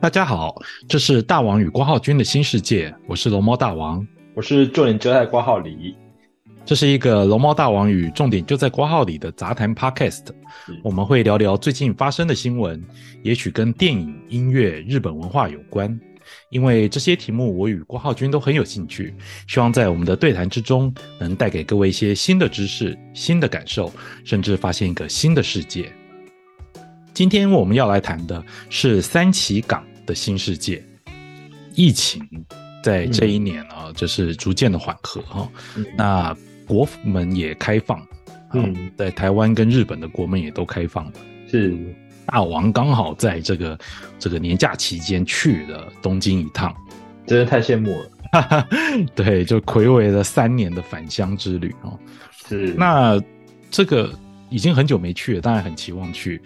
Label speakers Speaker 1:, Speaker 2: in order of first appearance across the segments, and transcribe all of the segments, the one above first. Speaker 1: 大家好，这是大王与光浩君的新世界，我是龙猫大王。
Speaker 2: 我是重点就在挂号里。
Speaker 1: 这是一个龙猫大王与重点就在挂号里的杂谈 podcast，我们会聊聊最近发生的新闻，也许跟电影、音乐、日本文化有关。因为这些题目我与郭浩君都很有兴趣，希望在我们的对谈之中能带给各位一些新的知识、新的感受，甚至发现一个新的世界。今天我们要来谈的是三崎港的新世界。疫情在这一年啊，就是逐渐的缓和啊哈、那国门也开放，嗯
Speaker 2: 嗯，
Speaker 1: 在台湾跟日本的国门也都开放了。
Speaker 2: 是，
Speaker 1: 大王刚好在这个这个年假期间去了东京一趟，
Speaker 2: 真的太羡慕了。
Speaker 1: 对，就暌违了三年的返乡之旅哦。
Speaker 2: 是，
Speaker 1: 那这个已经很久没去了，当然很期望去。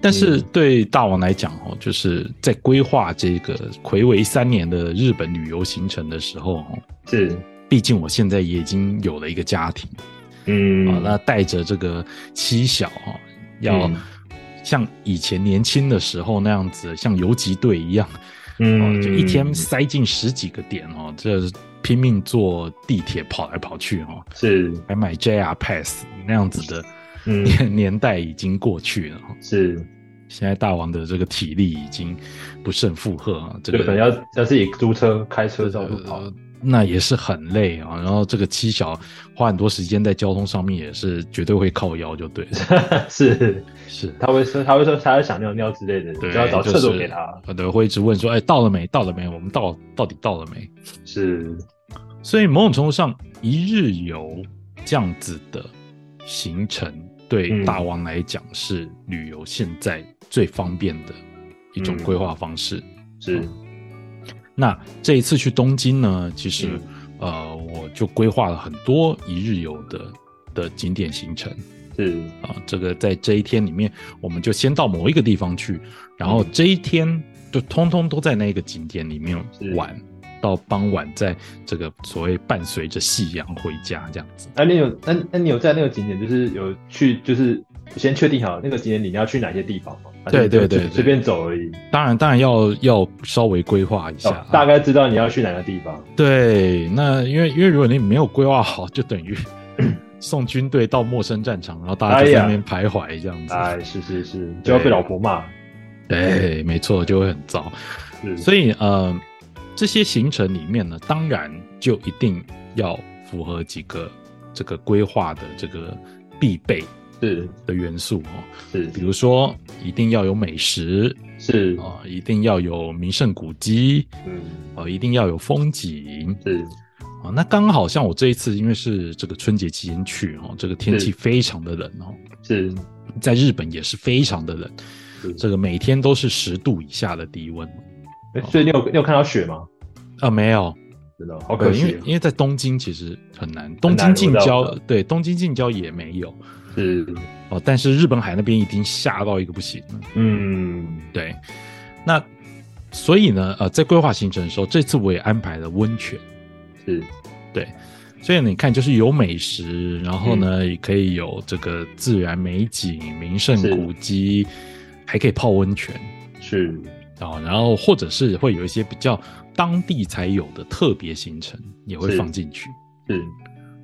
Speaker 1: 但是
Speaker 2: 嗯
Speaker 1: 对大王来讲哦，就是在规划这个暌违三年的日本旅游行程的时候哦，
Speaker 2: 是，
Speaker 1: 毕竟我现在也已经有了一个家庭，
Speaker 2: 嗯，
Speaker 1: 啊，那带着这个妻小哈、要
Speaker 2: 嗯
Speaker 1: 像以前年轻的时候那样子，像游击队一样，
Speaker 2: 嗯
Speaker 1: 哦，就一天塞进十几个点哦，这拼命坐地铁跑来跑去哦，
Speaker 2: 是，
Speaker 1: 还买 JR Pass 那样子的
Speaker 2: 嗯，
Speaker 1: 年年代已经过去了、哦。
Speaker 2: 是，
Speaker 1: 现在大王的这个体力已经不胜负荷啊，这
Speaker 2: 就可能
Speaker 1: 个
Speaker 2: 要要自己租车、开车到处跑。
Speaker 1: 呃那也是很累啊。然后这个妻小花很多时间在交通上面，也是绝对会靠腰，就对了。
Speaker 2: 是，
Speaker 1: 是，
Speaker 2: 他会说，他会说他要想尿尿之类的，
Speaker 1: 对，
Speaker 2: 就要找厕所给
Speaker 1: 就
Speaker 2: 他
Speaker 1: 是。。呃对，会一直问说，哎，到了没？到了没？我们到到底到了没？
Speaker 2: 是，
Speaker 1: 所以某种程度上，一日游这样子的行程，对
Speaker 2: 嗯
Speaker 1: 大王来讲是旅游现在最方便的一种
Speaker 2: 嗯
Speaker 1: 规划方式。哦
Speaker 2: 是，
Speaker 1: 那这一次去东京呢，其实、
Speaker 2: 嗯
Speaker 1: 呃，我就规划了很多一日游的的景点行程。
Speaker 2: 是，
Speaker 1: 啊，这个在这一天里面，我们就先到某一个地方去，然
Speaker 2: 嗯
Speaker 1: 后这一天就通通都在那个景点里面
Speaker 2: 是
Speaker 1: 玩，到傍晚在这个所谓伴随着夕阳回家这样子。
Speaker 2: 那你有，那那你有在那个景点，就是有去，就是先确定好那个景点你要去哪些地方吗？还是
Speaker 1: 对对
Speaker 2: 就
Speaker 1: 对对
Speaker 2: 随便走而已，
Speaker 1: 当然，当然要要稍微规划一下
Speaker 2: 哦
Speaker 1: 啊，
Speaker 2: 大概知道你要去哪个地方。
Speaker 1: 对。那因为因为如果你没有规划好，就等于送军队到陌生战场，然后大家
Speaker 2: 嗯哎
Speaker 1: 就在
Speaker 2: 呀
Speaker 1: 那边徘徊这样子。
Speaker 2: 哎，是是是，就要被
Speaker 1: 对
Speaker 2: 老婆骂。
Speaker 1: 对，没错，就会很糟。
Speaker 2: 是，
Speaker 1: 所以呃，这些行程里面呢，当然就一定要符合几个这个规划的这个必备
Speaker 2: 是
Speaker 1: 的元素哦，
Speaker 2: 是
Speaker 1: 比如说一定要有美食
Speaker 2: 是，哦
Speaker 1: 啊、一定要有名胜古迹
Speaker 2: 嗯，
Speaker 1: 啊、一定要有风景
Speaker 2: 是
Speaker 1: 啊、那刚好像我这一次因为是这个春节期间去哦，这个天气
Speaker 2: 是
Speaker 1: 非常的冷哦，
Speaker 2: 是
Speaker 1: 在日本也是非常的冷，
Speaker 2: 是
Speaker 1: 这个每天都是十度以下的低温
Speaker 2: 诶所以你有你有看到雪吗？
Speaker 1: 啊、没有。
Speaker 2: 真的好可
Speaker 1: 对，因为
Speaker 2: 惜哦，
Speaker 1: 因为在东京其实很难，东京
Speaker 2: 难
Speaker 1: 近
Speaker 2: 我知道
Speaker 1: 郊
Speaker 2: 我知
Speaker 1: 对东京近郊也没有
Speaker 2: 是
Speaker 1: 哦，但是日本海那边已经下到一个不行了。
Speaker 2: 嗯
Speaker 1: 对，那所以呢，呃，在规划行程的时候，这次我也安排了温泉，
Speaker 2: 是
Speaker 1: 所以你看，就是有美食，然后呢，
Speaker 2: 嗯
Speaker 1: 也可以有这个自然美景、名胜
Speaker 2: 是
Speaker 1: 古迹，还可以泡温泉
Speaker 2: 是
Speaker 1: 啊、哦，然后或者是会有一些比较当地才有的特别行程也会
Speaker 2: 是
Speaker 1: 放进去。
Speaker 2: 是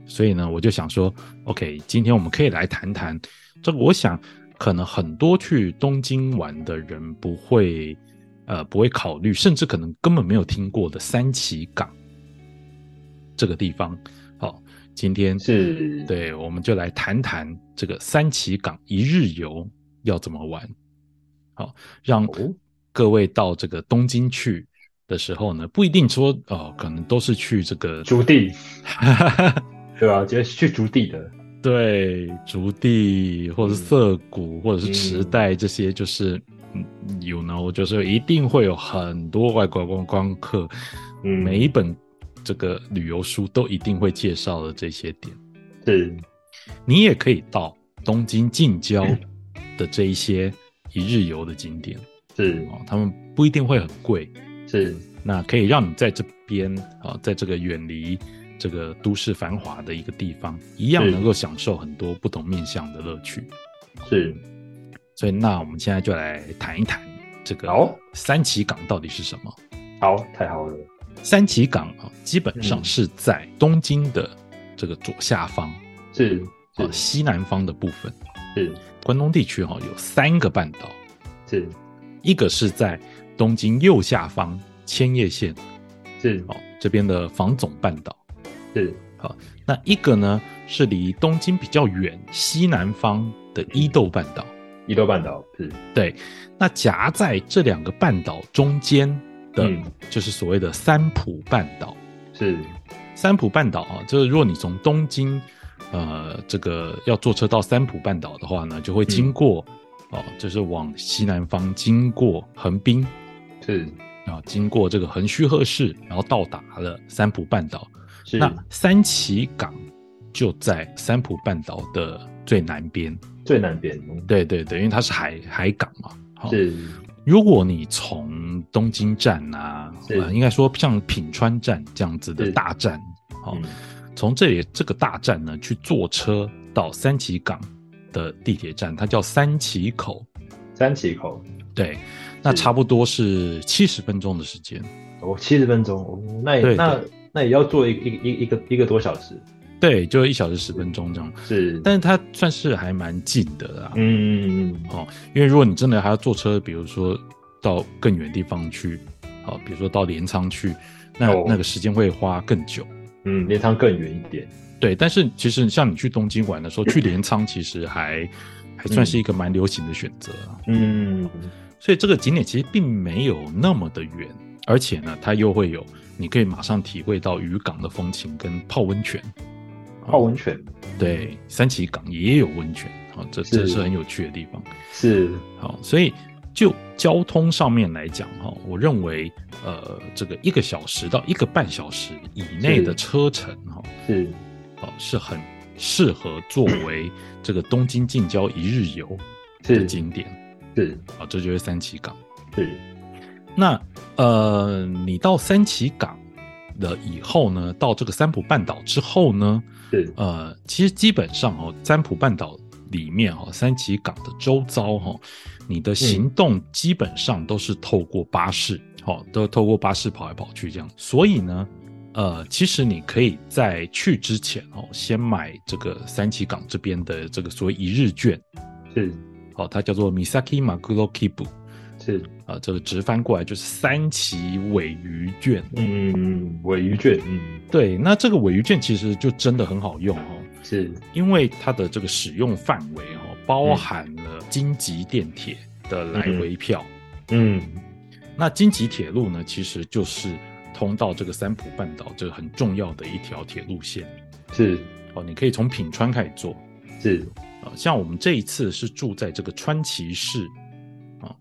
Speaker 1: 所以呢，我就想说，OK，今天我们可以来谈谈这个。我想，可能很多去东京玩的人不会，呃，不会考虑，甚至可能根本没有听过的三崎港这个地方。好，今天
Speaker 2: 是，
Speaker 1: 对，我们就来谈谈这个三崎港一日游要怎么玩。好，让
Speaker 2: 哦
Speaker 1: 各位到这个东京去的时候呢，不一定说哦，可能都是去这个
Speaker 2: 竹 地对啊吧？直接去竹地的，
Speaker 1: 对，竹地或者是
Speaker 2: 嗯
Speaker 1: 涩谷、或者是池
Speaker 2: 嗯
Speaker 1: 袋这些，就是嗯，you know，就是一定会有很多外国观光客，
Speaker 2: 嗯
Speaker 1: 每一本这个旅游书都一定会介绍的这些点。
Speaker 2: 是
Speaker 1: 你也可以到东京近郊
Speaker 2: 嗯
Speaker 1: 的这一些一日游的景点
Speaker 2: 是
Speaker 1: 哦，他们不一定会很贵，
Speaker 2: 是
Speaker 1: 那可以让你在这边啊、在这个远离这个都市繁华的一个地方，一样
Speaker 2: 是
Speaker 1: 能够享受很多不同面向的乐趣。
Speaker 2: 是
Speaker 1: 所以，那我们现在就来谈一谈这个
Speaker 2: 好
Speaker 1: 三崎港到底是什么？
Speaker 2: 好，太好了，
Speaker 1: 三崎港啊，基本上是在东京的这个左下方
Speaker 2: 是
Speaker 1: 啊
Speaker 2: 是
Speaker 1: 西南方的部分。
Speaker 2: 是
Speaker 1: 关东地区哈、有三个半岛，
Speaker 2: 是
Speaker 1: 一个是在东京右下方千叶县
Speaker 2: 是
Speaker 1: 哦这边的房总半岛，
Speaker 2: 是
Speaker 1: 那一个呢是离东京比较远西南方的伊豆半岛。
Speaker 2: 伊豆半岛是
Speaker 1: 那夹在这两个半岛中间的，
Speaker 2: 嗯
Speaker 1: 就是所谓的三浦半岛。
Speaker 2: 是
Speaker 1: 三浦半岛啊，就是如果你从东京，呃，这个要坐车到三浦半岛的话呢，就会
Speaker 2: 嗯
Speaker 1: 经过、哦，就是往西南方经过横滨
Speaker 2: 是
Speaker 1: 啊，经过这个横须贺市，然后到达了三浦半岛。
Speaker 2: 是
Speaker 1: 那三崎港就在三浦半岛的最南边。
Speaker 2: 最南边嗯
Speaker 1: 对对对，因为它是海海港嘛。好
Speaker 2: 是
Speaker 1: 如果你从东京站啊，
Speaker 2: 是
Speaker 1: 呃，应该说像品川站这样子的
Speaker 2: 是
Speaker 1: 大站，好、
Speaker 2: 嗯
Speaker 1: 从这里这个大站呢去坐车到三崎港的地铁站，它叫三崎口，
Speaker 2: 三崎口
Speaker 1: 对，那差不多是七十分钟的时间，
Speaker 2: 哦七十分钟哦，那也
Speaker 1: 对
Speaker 2: 那那也要坐一个一个一个一个一个多小时
Speaker 1: 对，就一小时十分钟这样，
Speaker 2: 是
Speaker 1: 但是它算是还蛮近的啦，
Speaker 2: 嗯嗯
Speaker 1: 因为如果你真的还要坐车，比如说到更远地方去，好、比如说到镰仓去，那、
Speaker 2: 哦
Speaker 1: 那个时间会花更久。
Speaker 2: 嗯，镰仓更远一点
Speaker 1: 对，但是其实像你去东京玩的时候，去镰仓其实还还算是一个蛮流行的选择啊、
Speaker 2: 嗯
Speaker 1: 所以这个景点其实并没有那么的远，而且呢，它又会有你可以马上体会到渔港的风情跟泡温泉。哦
Speaker 2: 泡温泉
Speaker 1: 对，三崎港也有温泉，好、这这
Speaker 2: 是
Speaker 1: 是很有趣的地方。
Speaker 2: 是
Speaker 1: 好、所以就交通上面来讲，哈、我认为呃，这个一个小时到一个半小时以内
Speaker 2: 是
Speaker 1: 的车程，哈、
Speaker 2: 是
Speaker 1: 哦，是很适合作为这个东京近郊一日游的
Speaker 2: 是
Speaker 1: 景点
Speaker 2: 是
Speaker 1: 啊、这就是三崎港。
Speaker 2: 是
Speaker 1: 那呃，你到三崎港了以后呢，到这个三浦半岛之后呢，
Speaker 2: 是
Speaker 1: 呃，其实基本上哦，三浦半岛里面哦，三崎港的周遭哈、哦，你的行动基本上都是透过巴士，哦，都透过巴士跑来跑去这样。所以呢，呃，其实你可以在去之前哦，先买这个三崎港这边的这个所谓一日券，
Speaker 2: 是
Speaker 1: 哦，它叫做 Misaki Maguro Kibu。
Speaker 2: 是
Speaker 1: 啊、这个直翻过来就是三崎尾鱼券。
Speaker 2: 嗯嗯尾鱼卷嗯
Speaker 1: 对，那这个尾鱼券其实就真的很好用哦，
Speaker 2: 是
Speaker 1: 因为它的这个使用范围哦，包含了京急电铁的来回票。
Speaker 2: 嗯
Speaker 1: 那京急铁路呢，其实就是通到这个三浦半岛这个很重要的一条铁路线
Speaker 2: 是
Speaker 1: 哦。你可以从品川开始坐
Speaker 2: 是
Speaker 1: 啊、像我们这一次是住在这个川崎市啊、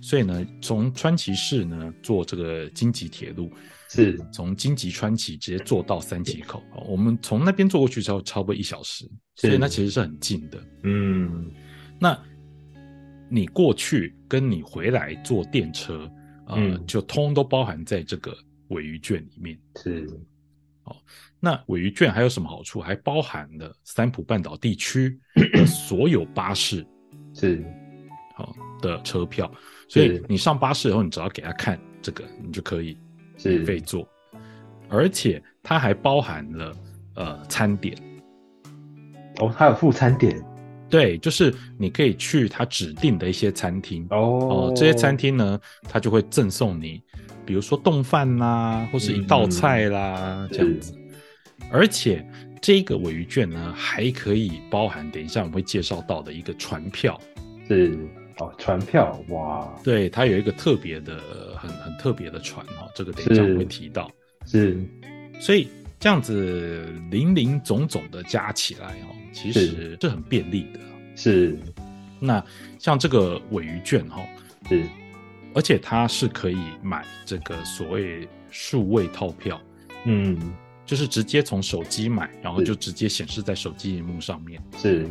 Speaker 1: 所以呢，从川崎市呢坐这个京急铁路，
Speaker 2: 是
Speaker 1: 从京急川崎直接坐到三崎口，哦我们从那边坐过去之后超过一小时，
Speaker 2: 是
Speaker 1: 所以那其实是很近的。
Speaker 2: 嗯
Speaker 1: 那你过去跟你回来坐电车，呃，
Speaker 2: 嗯
Speaker 1: 就通都包含在这个尾鱼券里面。
Speaker 2: 是
Speaker 1: 那尾鱼券还有什么好处？还包含了三浦半岛地区 的所有巴士
Speaker 2: 是
Speaker 1: 好、哦的车票，所以
Speaker 2: 是
Speaker 1: 你上巴士以后，你只要给他看这个，你就可以
Speaker 2: 是
Speaker 1: 免费坐，而且它还包含了呃餐点。
Speaker 2: 哦，它有副餐点
Speaker 1: 对，就是你可以去它指定的一些餐厅
Speaker 2: 哦
Speaker 1: 哦，这些餐厅呢，它就会赠送你，比如说冻饭啦，或是一道菜啦、
Speaker 2: 嗯是
Speaker 1: 这样子。而且这个尾鱼券呢，还可以包含等一下我们会介绍到的一个船票，
Speaker 2: 是哦，船票哇
Speaker 1: 对，它有一个特别的、很很特别的船哦，这个等一下我们会
Speaker 2: 是
Speaker 1: 提到。
Speaker 2: 是
Speaker 1: 所以这样子零零总总的加起来哦，其实是很便利的。
Speaker 2: 是
Speaker 1: 那像这个尾鱼券哈、哦，
Speaker 2: 是
Speaker 1: 而且它是可以买这个所谓数位套票，
Speaker 2: 嗯
Speaker 1: 就是直接从手机买，然后
Speaker 2: 是
Speaker 1: 就直接显示在手机荧幕上面，
Speaker 2: 是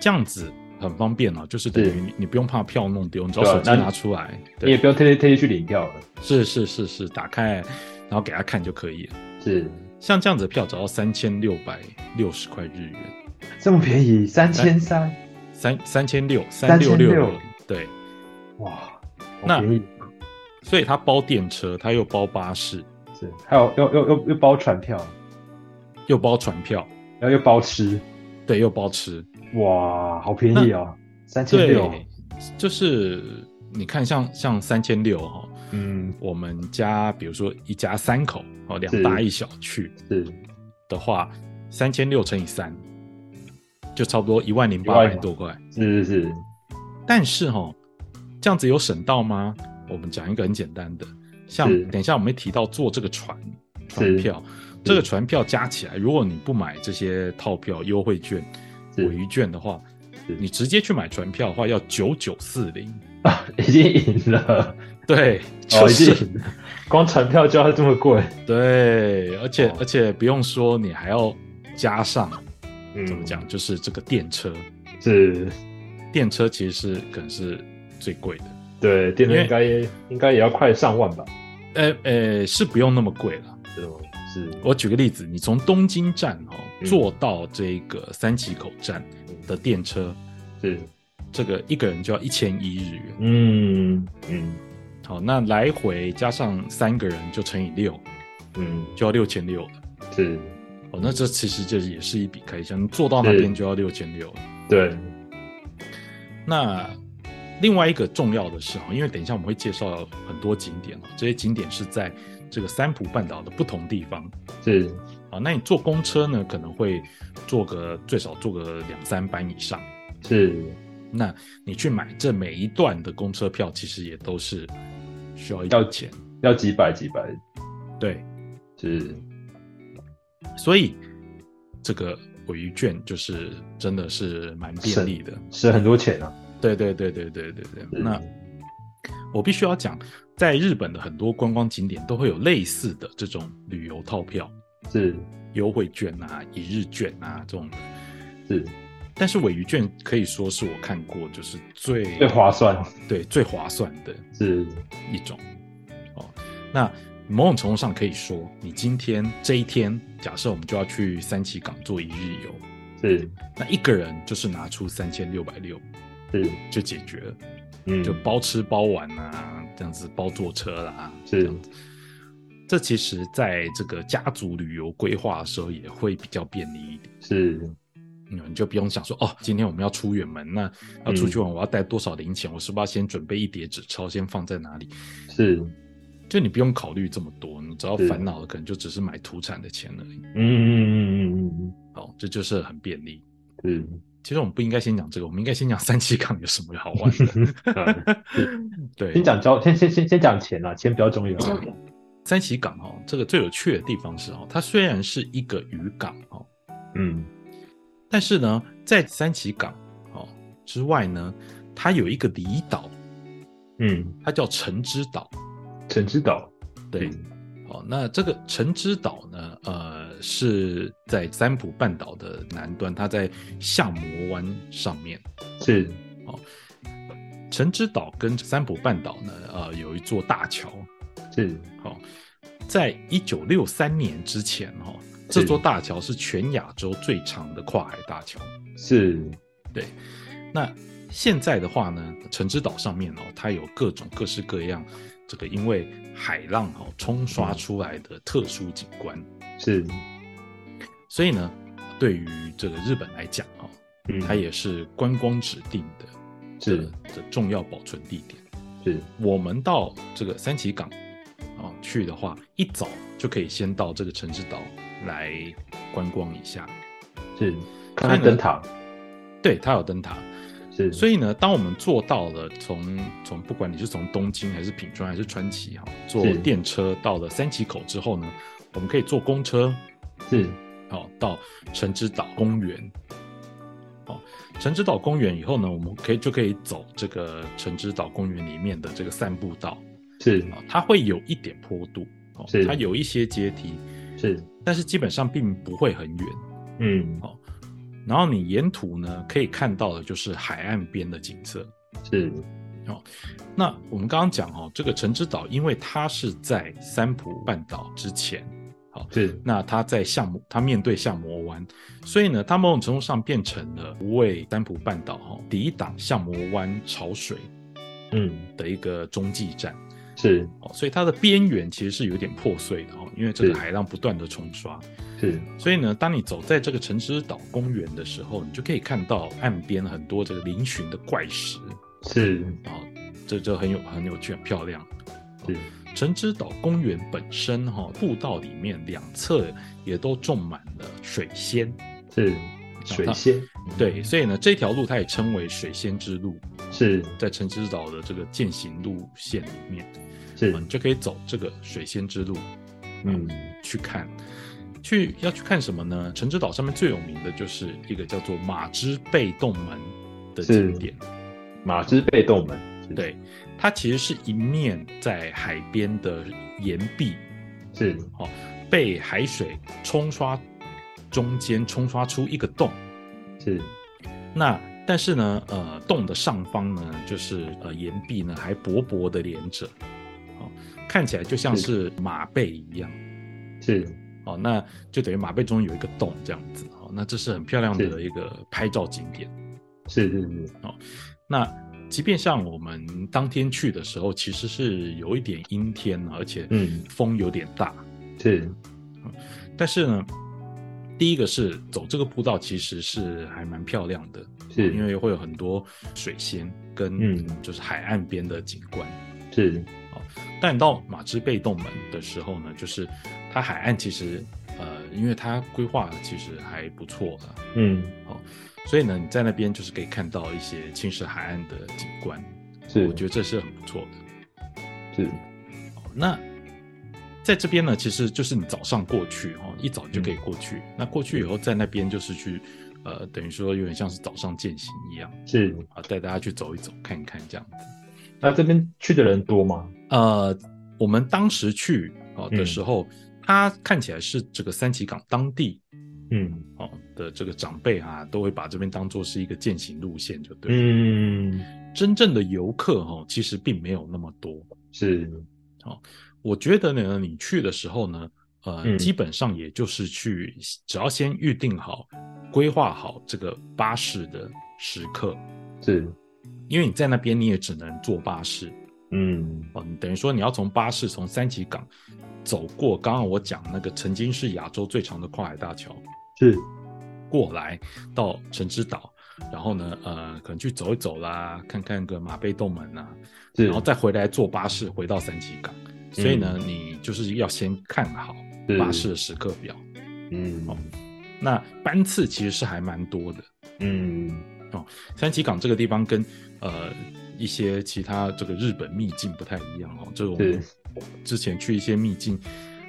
Speaker 1: 这样子很方便哦，就是等于
Speaker 2: 是
Speaker 1: 你你不用怕票弄丢，你只要
Speaker 2: 对啊
Speaker 1: 手机
Speaker 2: 那你
Speaker 1: 拿出来，
Speaker 2: 你
Speaker 1: 对，
Speaker 2: 也
Speaker 1: 啊
Speaker 2: 不用特地特地去领票了
Speaker 1: 是是是是，打开然后给他看就可以了。
Speaker 2: 是
Speaker 1: 像这样子的票只要三千六百六十块日元，
Speaker 2: 这么便宜三千三
Speaker 1: 三三千六三六
Speaker 2: 3600
Speaker 1: 六六，对，
Speaker 2: 哇
Speaker 1: 那
Speaker 2: 便宜
Speaker 1: 所以它包电车，它又包巴士，
Speaker 2: 是，还有又又又又包船票，
Speaker 1: 又包船票，
Speaker 2: 然后又包吃，
Speaker 1: 对，又包吃，
Speaker 2: 哇，好便宜哦，三千六，
Speaker 1: 对，就是你看像像三千六哈，
Speaker 2: 嗯，
Speaker 1: 我们家比如说一家三口哦，两大
Speaker 2: 是
Speaker 1: 一小去
Speaker 2: 是
Speaker 1: 的话，三千六乘以三，就差不多一万零八百多块。
Speaker 2: 是是是，
Speaker 1: 但是哈、这样子有省到吗？我们讲一个很简单的，像
Speaker 2: 是
Speaker 1: 等一下我们会提到坐这个船船票，这个船票加起来，如果你不买这些套票、优惠券、
Speaker 2: 是
Speaker 1: 尾鱼券的话
Speaker 2: 是，
Speaker 1: 你直接去买船票的话要九九四零，
Speaker 2: 已经赢了，
Speaker 1: 对，
Speaker 2: 哦，
Speaker 1: 就
Speaker 2: 已
Speaker 1: 是、
Speaker 2: 经赢了，光船票就要这么贵，
Speaker 1: 对，而且、
Speaker 2: 哦
Speaker 1: 而且不用说，你还要加上
Speaker 2: 嗯，
Speaker 1: 怎么讲，就是这个电车，
Speaker 2: 是。
Speaker 1: 电车其实是可能是最贵的，
Speaker 2: 对，电车
Speaker 1: 因为
Speaker 2: 应该也应该也要快上万吧？
Speaker 1: 呃呃，是不用那么贵了。
Speaker 2: 是吗？是，
Speaker 1: 我举个例子，你从东京站哦
Speaker 2: 嗯
Speaker 1: 坐到这个三崎口站的电车，
Speaker 2: 是，
Speaker 1: 这个一个人就要一千一日元。
Speaker 2: 嗯嗯
Speaker 1: 好，那来回加上三个人就乘以六，
Speaker 2: 嗯，
Speaker 1: 就要六千六了。
Speaker 2: 是，
Speaker 1: 哦，那这其实这也是一笔开销，你坐到那边
Speaker 2: 是
Speaker 1: 就要六千六。
Speaker 2: 对，
Speaker 1: 那另外一个重要的是哦，因为等一下我们会介绍很多景点哦，这些景点是在这个三浦半岛的不同地方。
Speaker 2: 是，
Speaker 1: 啊，那你坐公车呢，可能会坐个最少坐个两三班以上。
Speaker 2: 是，
Speaker 1: 那你去买这每一段的公车票，其实也都是需要一
Speaker 2: 要
Speaker 1: 点钱。
Speaker 2: 要几百几百，
Speaker 1: 对，
Speaker 2: 是，
Speaker 1: 所以这个尾鱼券就是真的是蛮便利的。
Speaker 2: 省很多钱啊。
Speaker 1: 对对对对对对对。
Speaker 2: 是
Speaker 1: 那我必须要讲，在日本的很多观光景点都会有类似的这种旅游套票、
Speaker 2: 是
Speaker 1: 优惠券啊、一日券啊这种的。
Speaker 2: 是，
Speaker 1: 但是尾鱼券可以说是我看过就是最
Speaker 2: 最划算
Speaker 1: 对最划算的
Speaker 2: 是，
Speaker 1: 一种。哦，那某种程度上可以说，你今天这一天，假设我们就要去三崎港做一日游，
Speaker 2: 是
Speaker 1: 那一个人就是拿出三千六百六
Speaker 2: 是，
Speaker 1: 就解决了，
Speaker 2: 嗯，
Speaker 1: 就包吃包玩啊，这样子包坐车啦，
Speaker 2: 是
Speaker 1: 这样子。这其实在这个家族旅游规划的时候也会比较便利一点。
Speaker 2: 是
Speaker 1: 嗯，你就不用想说哦，今天我们要出远门，那要
Speaker 2: 嗯
Speaker 1: 出去玩，我要带多少零钱？我是不是要先准备一叠纸钞，先放在哪里？
Speaker 2: 是，
Speaker 1: 就你不用考虑这么多，你只要
Speaker 2: 是
Speaker 1: 烦恼的可能就只是买土产的钱而已。
Speaker 2: 嗯嗯嗯嗯
Speaker 1: 好，这就是很便利。
Speaker 2: 嗯
Speaker 1: 其实我们不应该先讲这个，我们应该先讲三七港有什么好玩 的。
Speaker 2: 嗯，是，
Speaker 1: 对
Speaker 2: 先，讲交，先先先先讲钱啊，钱比较重要。
Speaker 1: 三七港哦，这个最有趣的地方是哦，它虽然是一个渔港哦，
Speaker 2: 嗯，
Speaker 1: 但是呢，在三七港哦之外呢，它有一个离岛，
Speaker 2: 嗯，
Speaker 1: 它叫橙之岛。
Speaker 2: 陈之岛，
Speaker 1: 对，
Speaker 2: 嗯
Speaker 1: 好，那这个橙之岛呢，呃，是在三浦半岛的南端，它在相模湾上面。
Speaker 2: 是
Speaker 1: 橙之岛跟三浦半岛呢，呃，有一座大桥。
Speaker 2: 是
Speaker 1: 好、哦在一九六三年之前，哈、哦，这座大桥是全亚洲最长的跨海大桥。
Speaker 2: 是，
Speaker 1: 那现在的话呢，橙之岛上面哦，它有各种各式各样这个因为海浪哦冲刷出来的特殊景观，
Speaker 2: 是，
Speaker 1: 所以呢，对于这个日本来讲哦，
Speaker 2: 嗯，
Speaker 1: 它也是观光指定的这
Speaker 2: 是
Speaker 1: 的重要保存地点。
Speaker 2: 是
Speaker 1: 我们到这个三崎港啊、哦去的话，一早就可以先到这个城之岛来观光一下。
Speaker 2: 是，看看灯塔，
Speaker 1: 对，它有灯塔，
Speaker 2: 是，
Speaker 1: 所以呢，当我们坐到了从从不管你是从东京还是品川还是川崎哈、坐
Speaker 2: 是
Speaker 1: 电车到了三崎口之后呢，我们可以坐公车
Speaker 2: 是
Speaker 1: 哦，到城之岛公园。哦，城之岛公园以后呢，我们可以就可以走这个城之岛公园里面的这个散步道
Speaker 2: 是
Speaker 1: 啊、哦它会有一点坡度哦
Speaker 2: 是，
Speaker 1: 它有一些阶梯，
Speaker 2: 是，
Speaker 1: 但是基本上并不会很远。
Speaker 2: 嗯，
Speaker 1: 然后你沿途呢可以看到的就是海岸边的景色。
Speaker 2: 是
Speaker 1: 那我们刚刚讲哦，这个城之岛，因为它是在三浦半岛之前，
Speaker 2: 是
Speaker 1: 那它在相模，它面对相模湾，所以呢，它某种程度上变成了为三浦半岛哈、哦、抵挡相模湾潮水
Speaker 2: 嗯，
Speaker 1: 的一个中继站
Speaker 2: 是
Speaker 1: 哦，所以它的边缘其实是有点破碎的哦，因为这个
Speaker 2: 是
Speaker 1: 海浪不断的冲刷，
Speaker 2: 是，
Speaker 1: 所以呢，当你走在这个城之岛公园的时候，你就可以看到岸边很多这个嶙峋的怪石
Speaker 2: 是
Speaker 1: 哦，这这很有很有趣，很漂亮。
Speaker 2: 是
Speaker 1: 城之岛公园本身哈、哦，步道里面两侧也都种满了水仙，
Speaker 2: 是水仙，
Speaker 1: 对，所以呢，这条路它也称为水仙之路，
Speaker 2: 嗯是
Speaker 1: 在城之岛的这个践行路线里面，
Speaker 2: 是
Speaker 1: 嗯，你就可以走这个水仙之路
Speaker 2: 嗯
Speaker 1: 去看。去要去看什么呢？城之岛上面最有名的就是一个叫做马之被动门的景点，
Speaker 2: 马之被动门，是
Speaker 1: 对，它其实是一面在海边的岩壁
Speaker 2: 是
Speaker 1: 被海水冲刷，中间冲刷出一个洞。
Speaker 2: 是
Speaker 1: 那但是呢，呃，洞的上方呢，就是呃岩壁呢还薄薄的连着，哦，看起来就像是马背一样，
Speaker 2: 是
Speaker 1: 哦，那就等于马背中有一个洞这样子，哦，那这是很漂亮的
Speaker 2: 是
Speaker 1: 一个拍照景点。
Speaker 2: 是是是
Speaker 1: 那即便像我们当天去的时候，其实是有一点阴天，啊而且
Speaker 2: 嗯
Speaker 1: 风有点大，
Speaker 2: 是
Speaker 1: 但是呢，第一个是走这个步道其实是还蛮漂亮的，
Speaker 2: 是
Speaker 1: 因为会有很多水仙跟
Speaker 2: 嗯
Speaker 1: 就是海岸边的景观。
Speaker 2: 是
Speaker 1: 但你到马之被动门的时候呢，就是它海岸其实呃，因为它规划其实还不错的，
Speaker 2: 嗯
Speaker 1: 所以呢你在那边就是可以看到一些青石海岸的景观，
Speaker 2: 是，
Speaker 1: 我觉得这是很不错的。
Speaker 2: 是
Speaker 1: 哦那在这边呢，其实就是你早上过去哦，一早就可以过去。那过去以后，在那边就是去，呃，等于说有点像是早上践行一样
Speaker 2: 是。
Speaker 1: 啊，带大家去走一走，看一看这样子。
Speaker 2: 那这边去的人多吗？
Speaker 1: 呃，我们当时去哦的
Speaker 2: 嗯
Speaker 1: 时候，它看起来是这个三旗港当地
Speaker 2: 嗯
Speaker 1: 哦的这个长辈啊，都会把这边当做是一个践行路线，就对了。
Speaker 2: 嗯，
Speaker 1: 真正的游客哦，其实并没有那么多。
Speaker 2: 是
Speaker 1: 我觉得呢，你去的时候呢，呃，
Speaker 2: 嗯
Speaker 1: 基本上也就是去，只要先预定好、规划好这个巴士的时刻，
Speaker 2: 是
Speaker 1: 因为你在那边你也只能坐巴士
Speaker 2: 嗯
Speaker 1: 哦，你等于说你要从巴士从三崎港走过，刚刚我讲那个曾经是亚洲最长的跨海大桥
Speaker 2: 是
Speaker 1: 过来到城之岛。然后呢，呃，可能去走一走啦，看看个马背洞门啊，
Speaker 2: 是，嗯
Speaker 1: 然后再回来坐巴士回到三崎港。所以呢，你就是要先看好
Speaker 2: 是
Speaker 1: 巴士的时刻表。
Speaker 2: 嗯
Speaker 1: 那班次其实是还蛮多的。
Speaker 2: 嗯
Speaker 1: 三崎港这个地方跟呃一些其他这个日本秘境不太一样哦，这种
Speaker 2: 是
Speaker 1: 之前去一些秘境，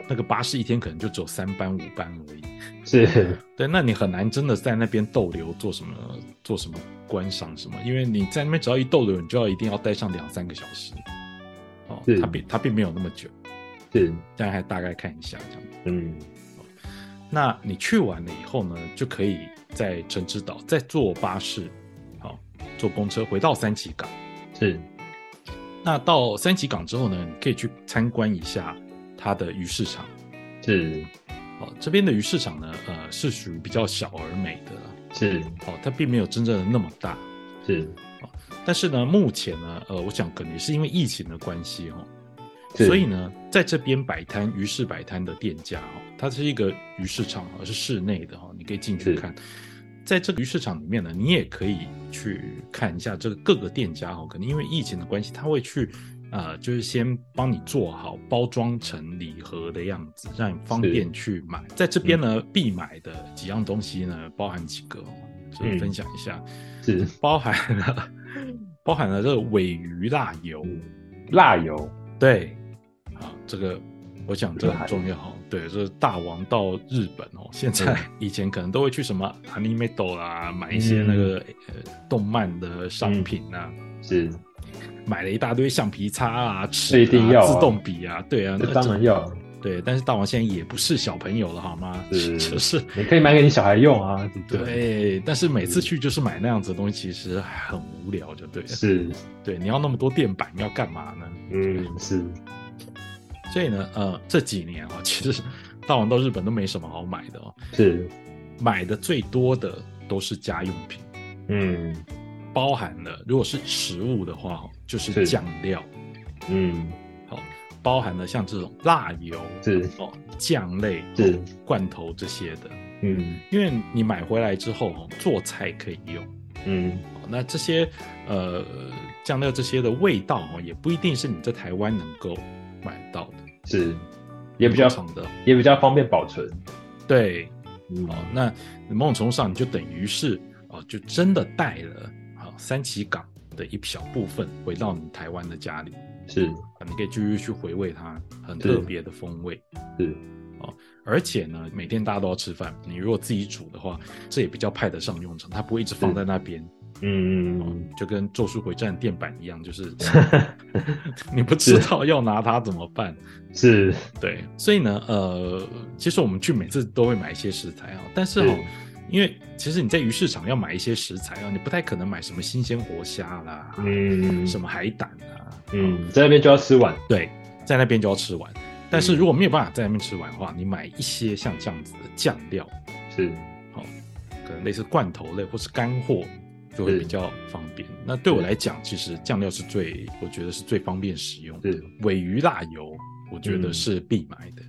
Speaker 1: 那个巴士一天可能就只有三班五班而已。
Speaker 2: 是
Speaker 1: 对，那你很难真的在那边逗留做什么做什么观赏什么，因为你在那边只要一逗留，你就要一定要待上两三个小时。哦，
Speaker 2: 是
Speaker 1: 它并它并没有那么久，
Speaker 2: 是
Speaker 1: 但还大概看一下这样。
Speaker 2: 嗯
Speaker 1: 那你去完了以后呢，就可以在城之岛再坐巴士，好、坐公车回到三崎港。
Speaker 2: 是
Speaker 1: 那到三崎港之后呢，你可以去参观一下它的鱼市场。
Speaker 2: 是
Speaker 1: 哦，这边的鱼市场呢，呃，是属于比较小而美的啦
Speaker 2: 是
Speaker 1: 哦，它并没有真正的那么大。
Speaker 2: 是
Speaker 1: 但是呢，目前呢，呃，我想可能也是因为疫情的关系哦，
Speaker 2: 是
Speaker 1: 所以呢，在这边摆摊鱼市摆摊的店家哦，它是一个鱼市场，而是室内的哦，你可以进去
Speaker 2: 是
Speaker 1: 看。在这个鱼市场里面呢，你也可以去看一下这个各个店家哦，可能因为疫情的关系，他会去呃，就是先帮你做好包装成礼盒的样子，让你方
Speaker 2: 是嗯
Speaker 1: 便去买。在这边呢，必买的几样东西呢，包含几个、哦，就是
Speaker 2: 嗯
Speaker 1: 分享一下。
Speaker 2: 是
Speaker 1: 包含了包含了这个尾鱼辣油，
Speaker 2: 辣油
Speaker 1: 对，啊，这个我想这
Speaker 2: 这个
Speaker 1: 很
Speaker 2: 还
Speaker 1: 重要哦。对，这是大王到日本哦，现
Speaker 2: 嗯
Speaker 1: 在 以前可能都会去什么 anime d o 啦，买一
Speaker 2: 嗯
Speaker 1: 些那个、呃动漫的商品啊，
Speaker 2: 是
Speaker 1: 买了一大堆橡皮擦啊、尺啊、
Speaker 2: 这一定要啊
Speaker 1: 自动笔啊，对啊，那
Speaker 2: 这当然要，
Speaker 1: 对。但是大王现在也不是小朋友了，好吗？
Speaker 2: 是
Speaker 1: 就是
Speaker 2: 你可以买给你小孩用啊，对不对？
Speaker 1: 对，但是每次去就是买那样子的东西，其实很无聊，就对了。
Speaker 2: 是
Speaker 1: 对，你要那么多电板，你要干嘛呢？
Speaker 2: 嗯是
Speaker 1: 所以呢，呃，这几年啊、 其实大王到日本都没什么好买的哦，
Speaker 2: 是
Speaker 1: 买的最多的都是家用品。
Speaker 2: 嗯
Speaker 1: 包含了，如果是食物的话，就是
Speaker 2: 是
Speaker 1: 酱料，
Speaker 2: 嗯，
Speaker 1: 好，包含了像这种辣油、
Speaker 2: 是
Speaker 1: 哦酱类、
Speaker 2: 是
Speaker 1: 哦罐头这些的，
Speaker 2: 嗯
Speaker 1: 因为你买回来之后哦做菜可以用。
Speaker 2: 嗯
Speaker 1: 哦那这些呃酱料这些的味道哦，也不一定是你在台湾能够买到的，
Speaker 2: 是，也比较
Speaker 1: 长的。
Speaker 2: 也比较方便保存。
Speaker 1: 对，
Speaker 2: 嗯
Speaker 1: 哦，那某种程度上你就等于是哦，就真的带了哦三旗港的一小部分回到你台湾的家里，
Speaker 2: 是
Speaker 1: 啊你可以继续去回味它很
Speaker 2: 是
Speaker 1: 特别的风味。
Speaker 2: 是
Speaker 1: 哦，而且呢，每天大家都要吃饭，你如果自己煮的话，这也比较派得上用场，它不会一直放
Speaker 2: 是
Speaker 1: 在那边。
Speaker 2: 嗯嗯
Speaker 1: 哦
Speaker 2: 嗯，
Speaker 1: 就跟《咒术回战》电板一样，就是 你不知道要拿它怎么办。
Speaker 2: 是
Speaker 1: 对，所以呢，呃，其实我们去每次都会买一些食材啊、但
Speaker 2: 嗯
Speaker 1: 是哦，因为其实你在鱼市场要买一些食材啊、你不太可能买什么新鲜活虾啦，
Speaker 2: 嗯
Speaker 1: 什么海胆啊，哦，
Speaker 2: 嗯，在那边就要吃完。
Speaker 1: 对，在那边就要吃完。但是
Speaker 2: 嗯
Speaker 1: 如果没有办法在那边吃完的话，你买一些像这样子的酱料，
Speaker 2: 是
Speaker 1: 可能类似罐头类或是干货，就会比较方便。
Speaker 2: 嗯
Speaker 1: 那对我来讲，其实酱料是最，我觉得是最方便使用的
Speaker 2: 是。嗯
Speaker 1: 尾鱼辣油，我觉得是必买的。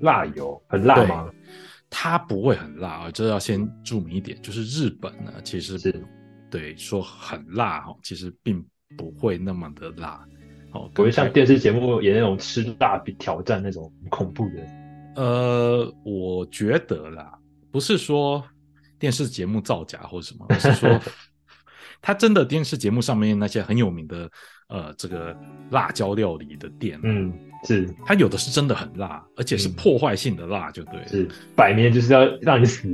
Speaker 2: 辣油，很辣
Speaker 1: 对
Speaker 2: 吗？
Speaker 1: 它不会很辣啊，这要先注明一点，就是日本呢，其实
Speaker 2: 是
Speaker 1: 对说很辣哈，其实并不会那么的辣。哦，
Speaker 2: 不
Speaker 1: 跟
Speaker 2: 会
Speaker 1: 台
Speaker 2: 像电视节目演那种吃辣比挑战那种很恐怖的。
Speaker 1: 呃，我觉得啦，不是说电视节目造假或什么，而是 说他真的电视节目上面那些很有名的呃这个辣椒料理的店，，
Speaker 2: 嗯，是
Speaker 1: 它有的是真的很辣，而且是
Speaker 2: 嗯
Speaker 1: 破坏性的辣，就对了。
Speaker 2: 是，摆明就是要让你死。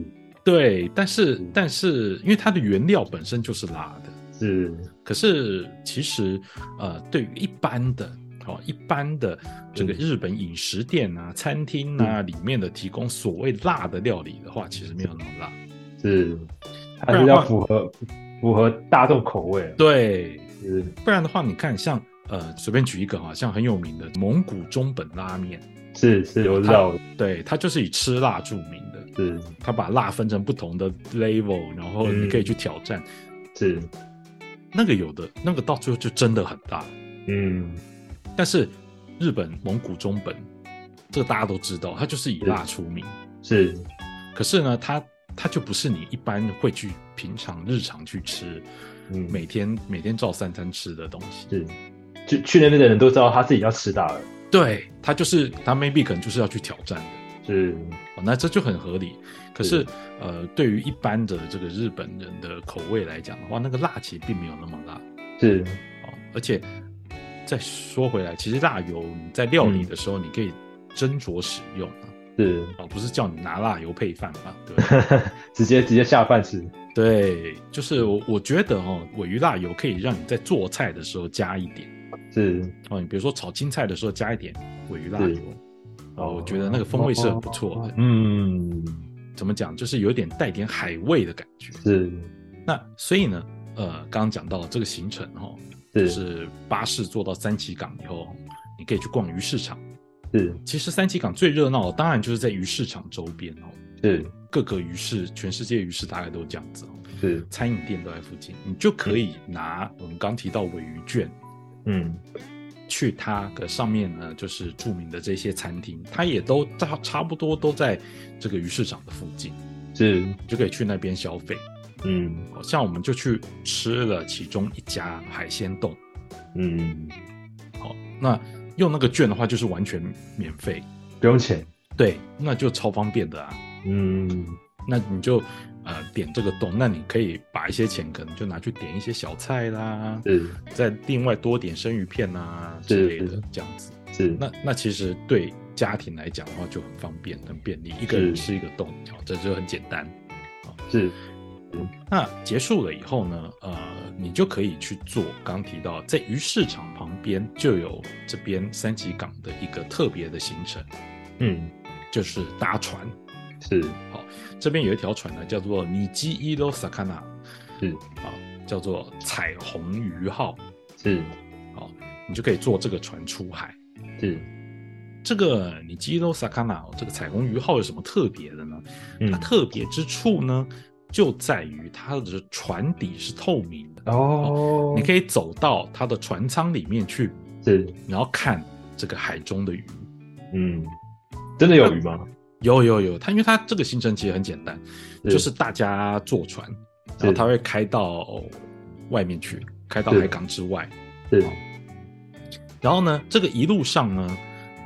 Speaker 1: 对，但是
Speaker 2: 嗯
Speaker 1: 但是因为它的原料本身就是辣的，
Speaker 2: 是
Speaker 1: 可是其实，呃，对于一般的哦，一般的这个
Speaker 2: 嗯
Speaker 1: 日本饮食店啊、餐厅啊里面的提供所谓辣的料理的话，其实没有那么辣。
Speaker 2: 是，
Speaker 1: 不
Speaker 2: 还
Speaker 1: 然
Speaker 2: 是
Speaker 1: 的话
Speaker 2: 要符合符合大众口味。啊
Speaker 1: 对，
Speaker 2: 是
Speaker 1: 不然的话，你看像呃，随便举一个哈，像很有名的蒙古中本拉面，
Speaker 2: 是是，我知道，
Speaker 1: 对，它就是以吃辣著名的，
Speaker 2: 是
Speaker 1: 它把辣分成不同的 level，然后你可以去挑战。
Speaker 2: 是，
Speaker 1: 那个有的那个到最后就真的很辣，
Speaker 2: 嗯，
Speaker 1: 但是日本蒙古中本，这个大家都知道，它就是以辣出名。
Speaker 2: 是
Speaker 1: 可是呢，它它就不是你一般会去平常日常去吃，
Speaker 2: 嗯
Speaker 1: 每天每天照三餐吃的东西。
Speaker 2: 是，就去那边的人都知道他自己要吃辣了。
Speaker 1: 对，它就是它 maybe 可能就是要去挑战的。
Speaker 2: 是
Speaker 1: 哦，那这就很合理。可是
Speaker 2: 是，
Speaker 1: 呃，对于一般的这个日本人的口味来讲的话，那个辣其实并没有那么辣
Speaker 2: 是
Speaker 1: 哦。而且，再说回来，其实辣油你在料理
Speaker 2: 嗯
Speaker 1: 的时候，你可以斟酌使用啊，
Speaker 2: 是，
Speaker 1: 哦，不是叫你拿辣油配饭嘛，对不对？
Speaker 2: 直接直接下饭吃。
Speaker 1: 对，就是我我觉得哦，尾鱼辣油可以让你在做菜的时候加一点
Speaker 2: 是
Speaker 1: 哦，你比如说炒青菜的时候加一点尾鱼辣
Speaker 2: 对
Speaker 1: 油，哦，我觉得那个风味是很不错的。
Speaker 2: 嗯，
Speaker 1: 怎么讲，就是有点带点海味的感觉。
Speaker 2: 是
Speaker 1: 那所以呢，呃，刚刚讲到这个行程哦，就是是巴士坐到三旗港以后，你可以去逛鱼市场。
Speaker 2: 是
Speaker 1: 其实三旗港最热闹的，当然就是在鱼市场周边哦，
Speaker 2: 是
Speaker 1: 各个鱼市，全世界鱼市大概都这样子哦。
Speaker 2: 是，
Speaker 1: 餐饮店都在附近，你就可以拿我们刚提到尾鱼券
Speaker 2: 嗯
Speaker 1: 去它的上面呢，就是著名的这些餐厅，它也都差差不多都在这个鱼市场的附近，
Speaker 2: 是
Speaker 1: 你就可以去那边消费。
Speaker 2: 嗯
Speaker 1: 好像我们就去吃了其中一家海鲜冻，
Speaker 2: 嗯，
Speaker 1: 好，那用那个券的话就是完全免费，
Speaker 2: 不用钱。
Speaker 1: 对，那就超方便的啊。
Speaker 2: 嗯
Speaker 1: 那你就呃点这个冻，那你可以把一些钱可能就拿去点一些小菜啦，
Speaker 2: 是
Speaker 1: 再另外多点生鱼片啊之类
Speaker 2: 是
Speaker 1: 的，这样子。
Speaker 2: 是
Speaker 1: 那那其实对家庭来讲的话就很方便、很便利，一个人吃一个冻，哦这就很简单。
Speaker 2: 是
Speaker 1: 那结束了以后呢，呃，你就可以去做刚提到在鱼市场旁边就有这边三级港的一个特别的行程，
Speaker 2: 嗯
Speaker 1: 就是搭船。
Speaker 2: 是
Speaker 1: 这边有一条船呢，叫做尼基伊罗萨卡纳，
Speaker 2: 是
Speaker 1: 啊，叫做彩虹鱼号，
Speaker 2: 是
Speaker 1: 你就可以坐这个船出海。
Speaker 2: 是，
Speaker 1: 这个你哦基 i 萨卡纳 a 这个彩虹鱼号有什么特别的呢？它
Speaker 2: 嗯
Speaker 1: 特别之处呢，就在于它的船底是透明的，
Speaker 2: 哦，
Speaker 1: 你可以走到它的船舱里面去，
Speaker 2: 是，
Speaker 1: 然后看这个海中的鱼。
Speaker 2: 嗯，真的有鱼吗？
Speaker 1: 有有有，它因为它这个行程其实很简单，就是大家坐船，然后它会开到外面去，开到
Speaker 2: 是
Speaker 1: 海港之外。
Speaker 2: 是
Speaker 1: 然后呢，这个一路上呢，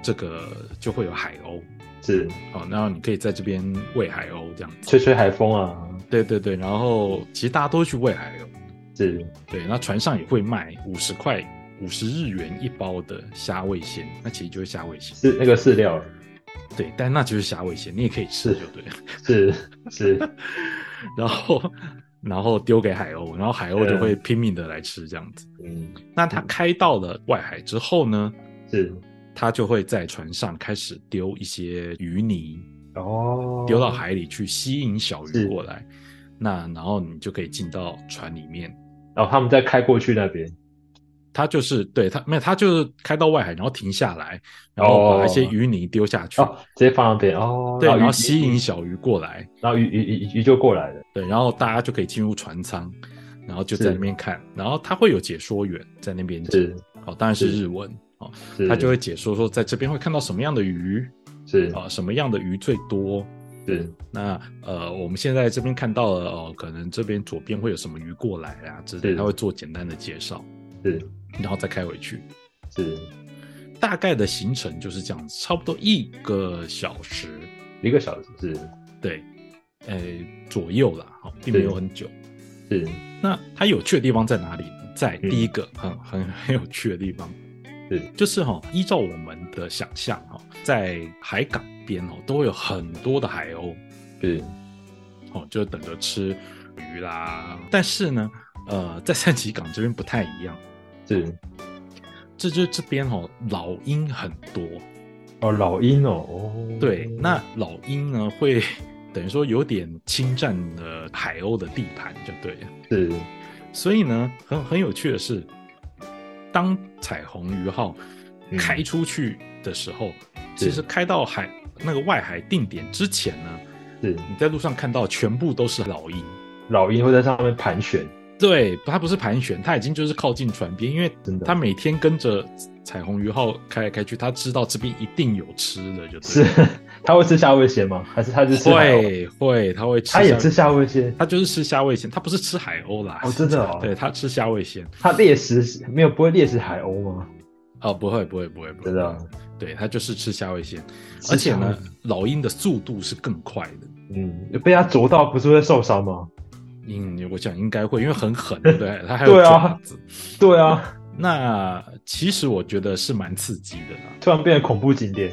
Speaker 1: 这个就会有海鸥
Speaker 2: 是
Speaker 1: 哦，然后你可以在这边喂海鸥这样子。
Speaker 2: 吹吹海风啊，
Speaker 1: 对对对，然后其实大家都去喂海鸥，
Speaker 2: 是
Speaker 1: 对，那船上也会卖五十块、五十日元一包的虾味鲜，那其实就是虾味鲜，
Speaker 2: 是那个饲料，
Speaker 1: 对，但那就是虾味鲜，你也可以吃，就对了。
Speaker 2: 是是
Speaker 1: 然后，然后丢给海鸥，然后海鸥就会拼命的来吃这样子。
Speaker 2: 嗯
Speaker 1: 那它开到了外海之后呢，
Speaker 2: 是
Speaker 1: 它就会在船上开始丢一些鱼泥，
Speaker 2: 哦，
Speaker 1: 丢到海里去吸引小鱼
Speaker 2: 是
Speaker 1: 过来。那然后你就可以进到船里面，
Speaker 2: 然后他们再开过去那边，
Speaker 1: 它就是对它没有，它就是开到外海，然后停下来，然后把一些
Speaker 2: 哦
Speaker 1: 鱼泥丢下去，
Speaker 2: 哦，直接放那边哦，
Speaker 1: 对，然后
Speaker 2: 鱼
Speaker 1: 吸引，小鱼过来，
Speaker 2: 然后鱼鱼鱼鱼就过来了，
Speaker 1: 对，然后大家就可以进入船舱，然后就在那边看，然后它会有解说员在那边讲，
Speaker 2: 是
Speaker 1: 哦，当然是
Speaker 2: 是
Speaker 1: 日文哦，
Speaker 2: 是，
Speaker 1: 他就会解说说在这边会看到什么样的鱼
Speaker 2: 是
Speaker 1: 啊、什么样的鱼最多。
Speaker 2: 是
Speaker 1: 那呃，我们现在这边看到了哦，可能这边左边会有什么鱼过来啊之类
Speaker 2: 是
Speaker 1: 的，他会做简单的介绍，
Speaker 2: 是
Speaker 1: 然后再开回去。
Speaker 2: 是
Speaker 1: 大概的行程就是这样子，差不多一个小时，
Speaker 2: 一个小时，是
Speaker 1: 对，呃左右啦，好、并没有很久。
Speaker 2: 是
Speaker 1: 那它有趣的地方在哪里呢？在第一个很很 很有趣的地方，
Speaker 2: 嗯是
Speaker 1: 就是哈、依照我们的想象哈、在海港边哦，都会有很多的海鸥
Speaker 2: 是
Speaker 1: 哦，就等着吃鱼啦。但是呢，呃，在三崎港这边不太一样，
Speaker 2: 是
Speaker 1: 这就是这边哦，老鹰很多。
Speaker 2: 哦，老鹰哦，哦，
Speaker 1: 对，那老鹰呢会等于说有点侵占了海鸥的地盘，就对了。
Speaker 2: 是
Speaker 1: 所以呢，很很有趣的是，当彩虹鱼号
Speaker 2: 嗯
Speaker 1: 开出去的时候，
Speaker 2: 是
Speaker 1: 其实开到海那个外海定点之前呢，
Speaker 2: 是
Speaker 1: 你在路上看到全部都是老鹰。
Speaker 2: 老鹰会在上面盘旋，
Speaker 1: 对，它不是盘旋，它已经就是靠近船边，因为
Speaker 2: 真的
Speaker 1: 它每天跟着彩虹鱼号开来开去，它知道这边一定有吃的，就对
Speaker 2: 是
Speaker 1: 了
Speaker 2: 它会吃夏威鲜吗？还是它是吃海鸥？
Speaker 1: 会会，它会吃
Speaker 2: 它
Speaker 1: 虾，
Speaker 2: 也吃夏威鲜，
Speaker 1: 它就是吃虾味鲜，它不是吃海鸥啦，
Speaker 2: 哦，真的哦，
Speaker 1: 对，它吃虾味鲜，
Speaker 2: 它猎食没有不会猎食海鸥吗？
Speaker 1: 哦，不会不会不会不会，
Speaker 2: 真的啊，
Speaker 1: 对，它就是吃虾味鲜，
Speaker 2: 吃
Speaker 1: 而且呢
Speaker 2: 虾，
Speaker 1: 老鹰的速度是更快的。
Speaker 2: 嗯，被它啄到不是会受伤吗？
Speaker 1: 嗯，我想应该会，因为很狠，对不对，它还有
Speaker 2: 对啊
Speaker 1: 爪子。
Speaker 2: 对 啊，
Speaker 1: 那其实我觉得是蛮刺激的啦，
Speaker 2: 突然变成恐怖景点，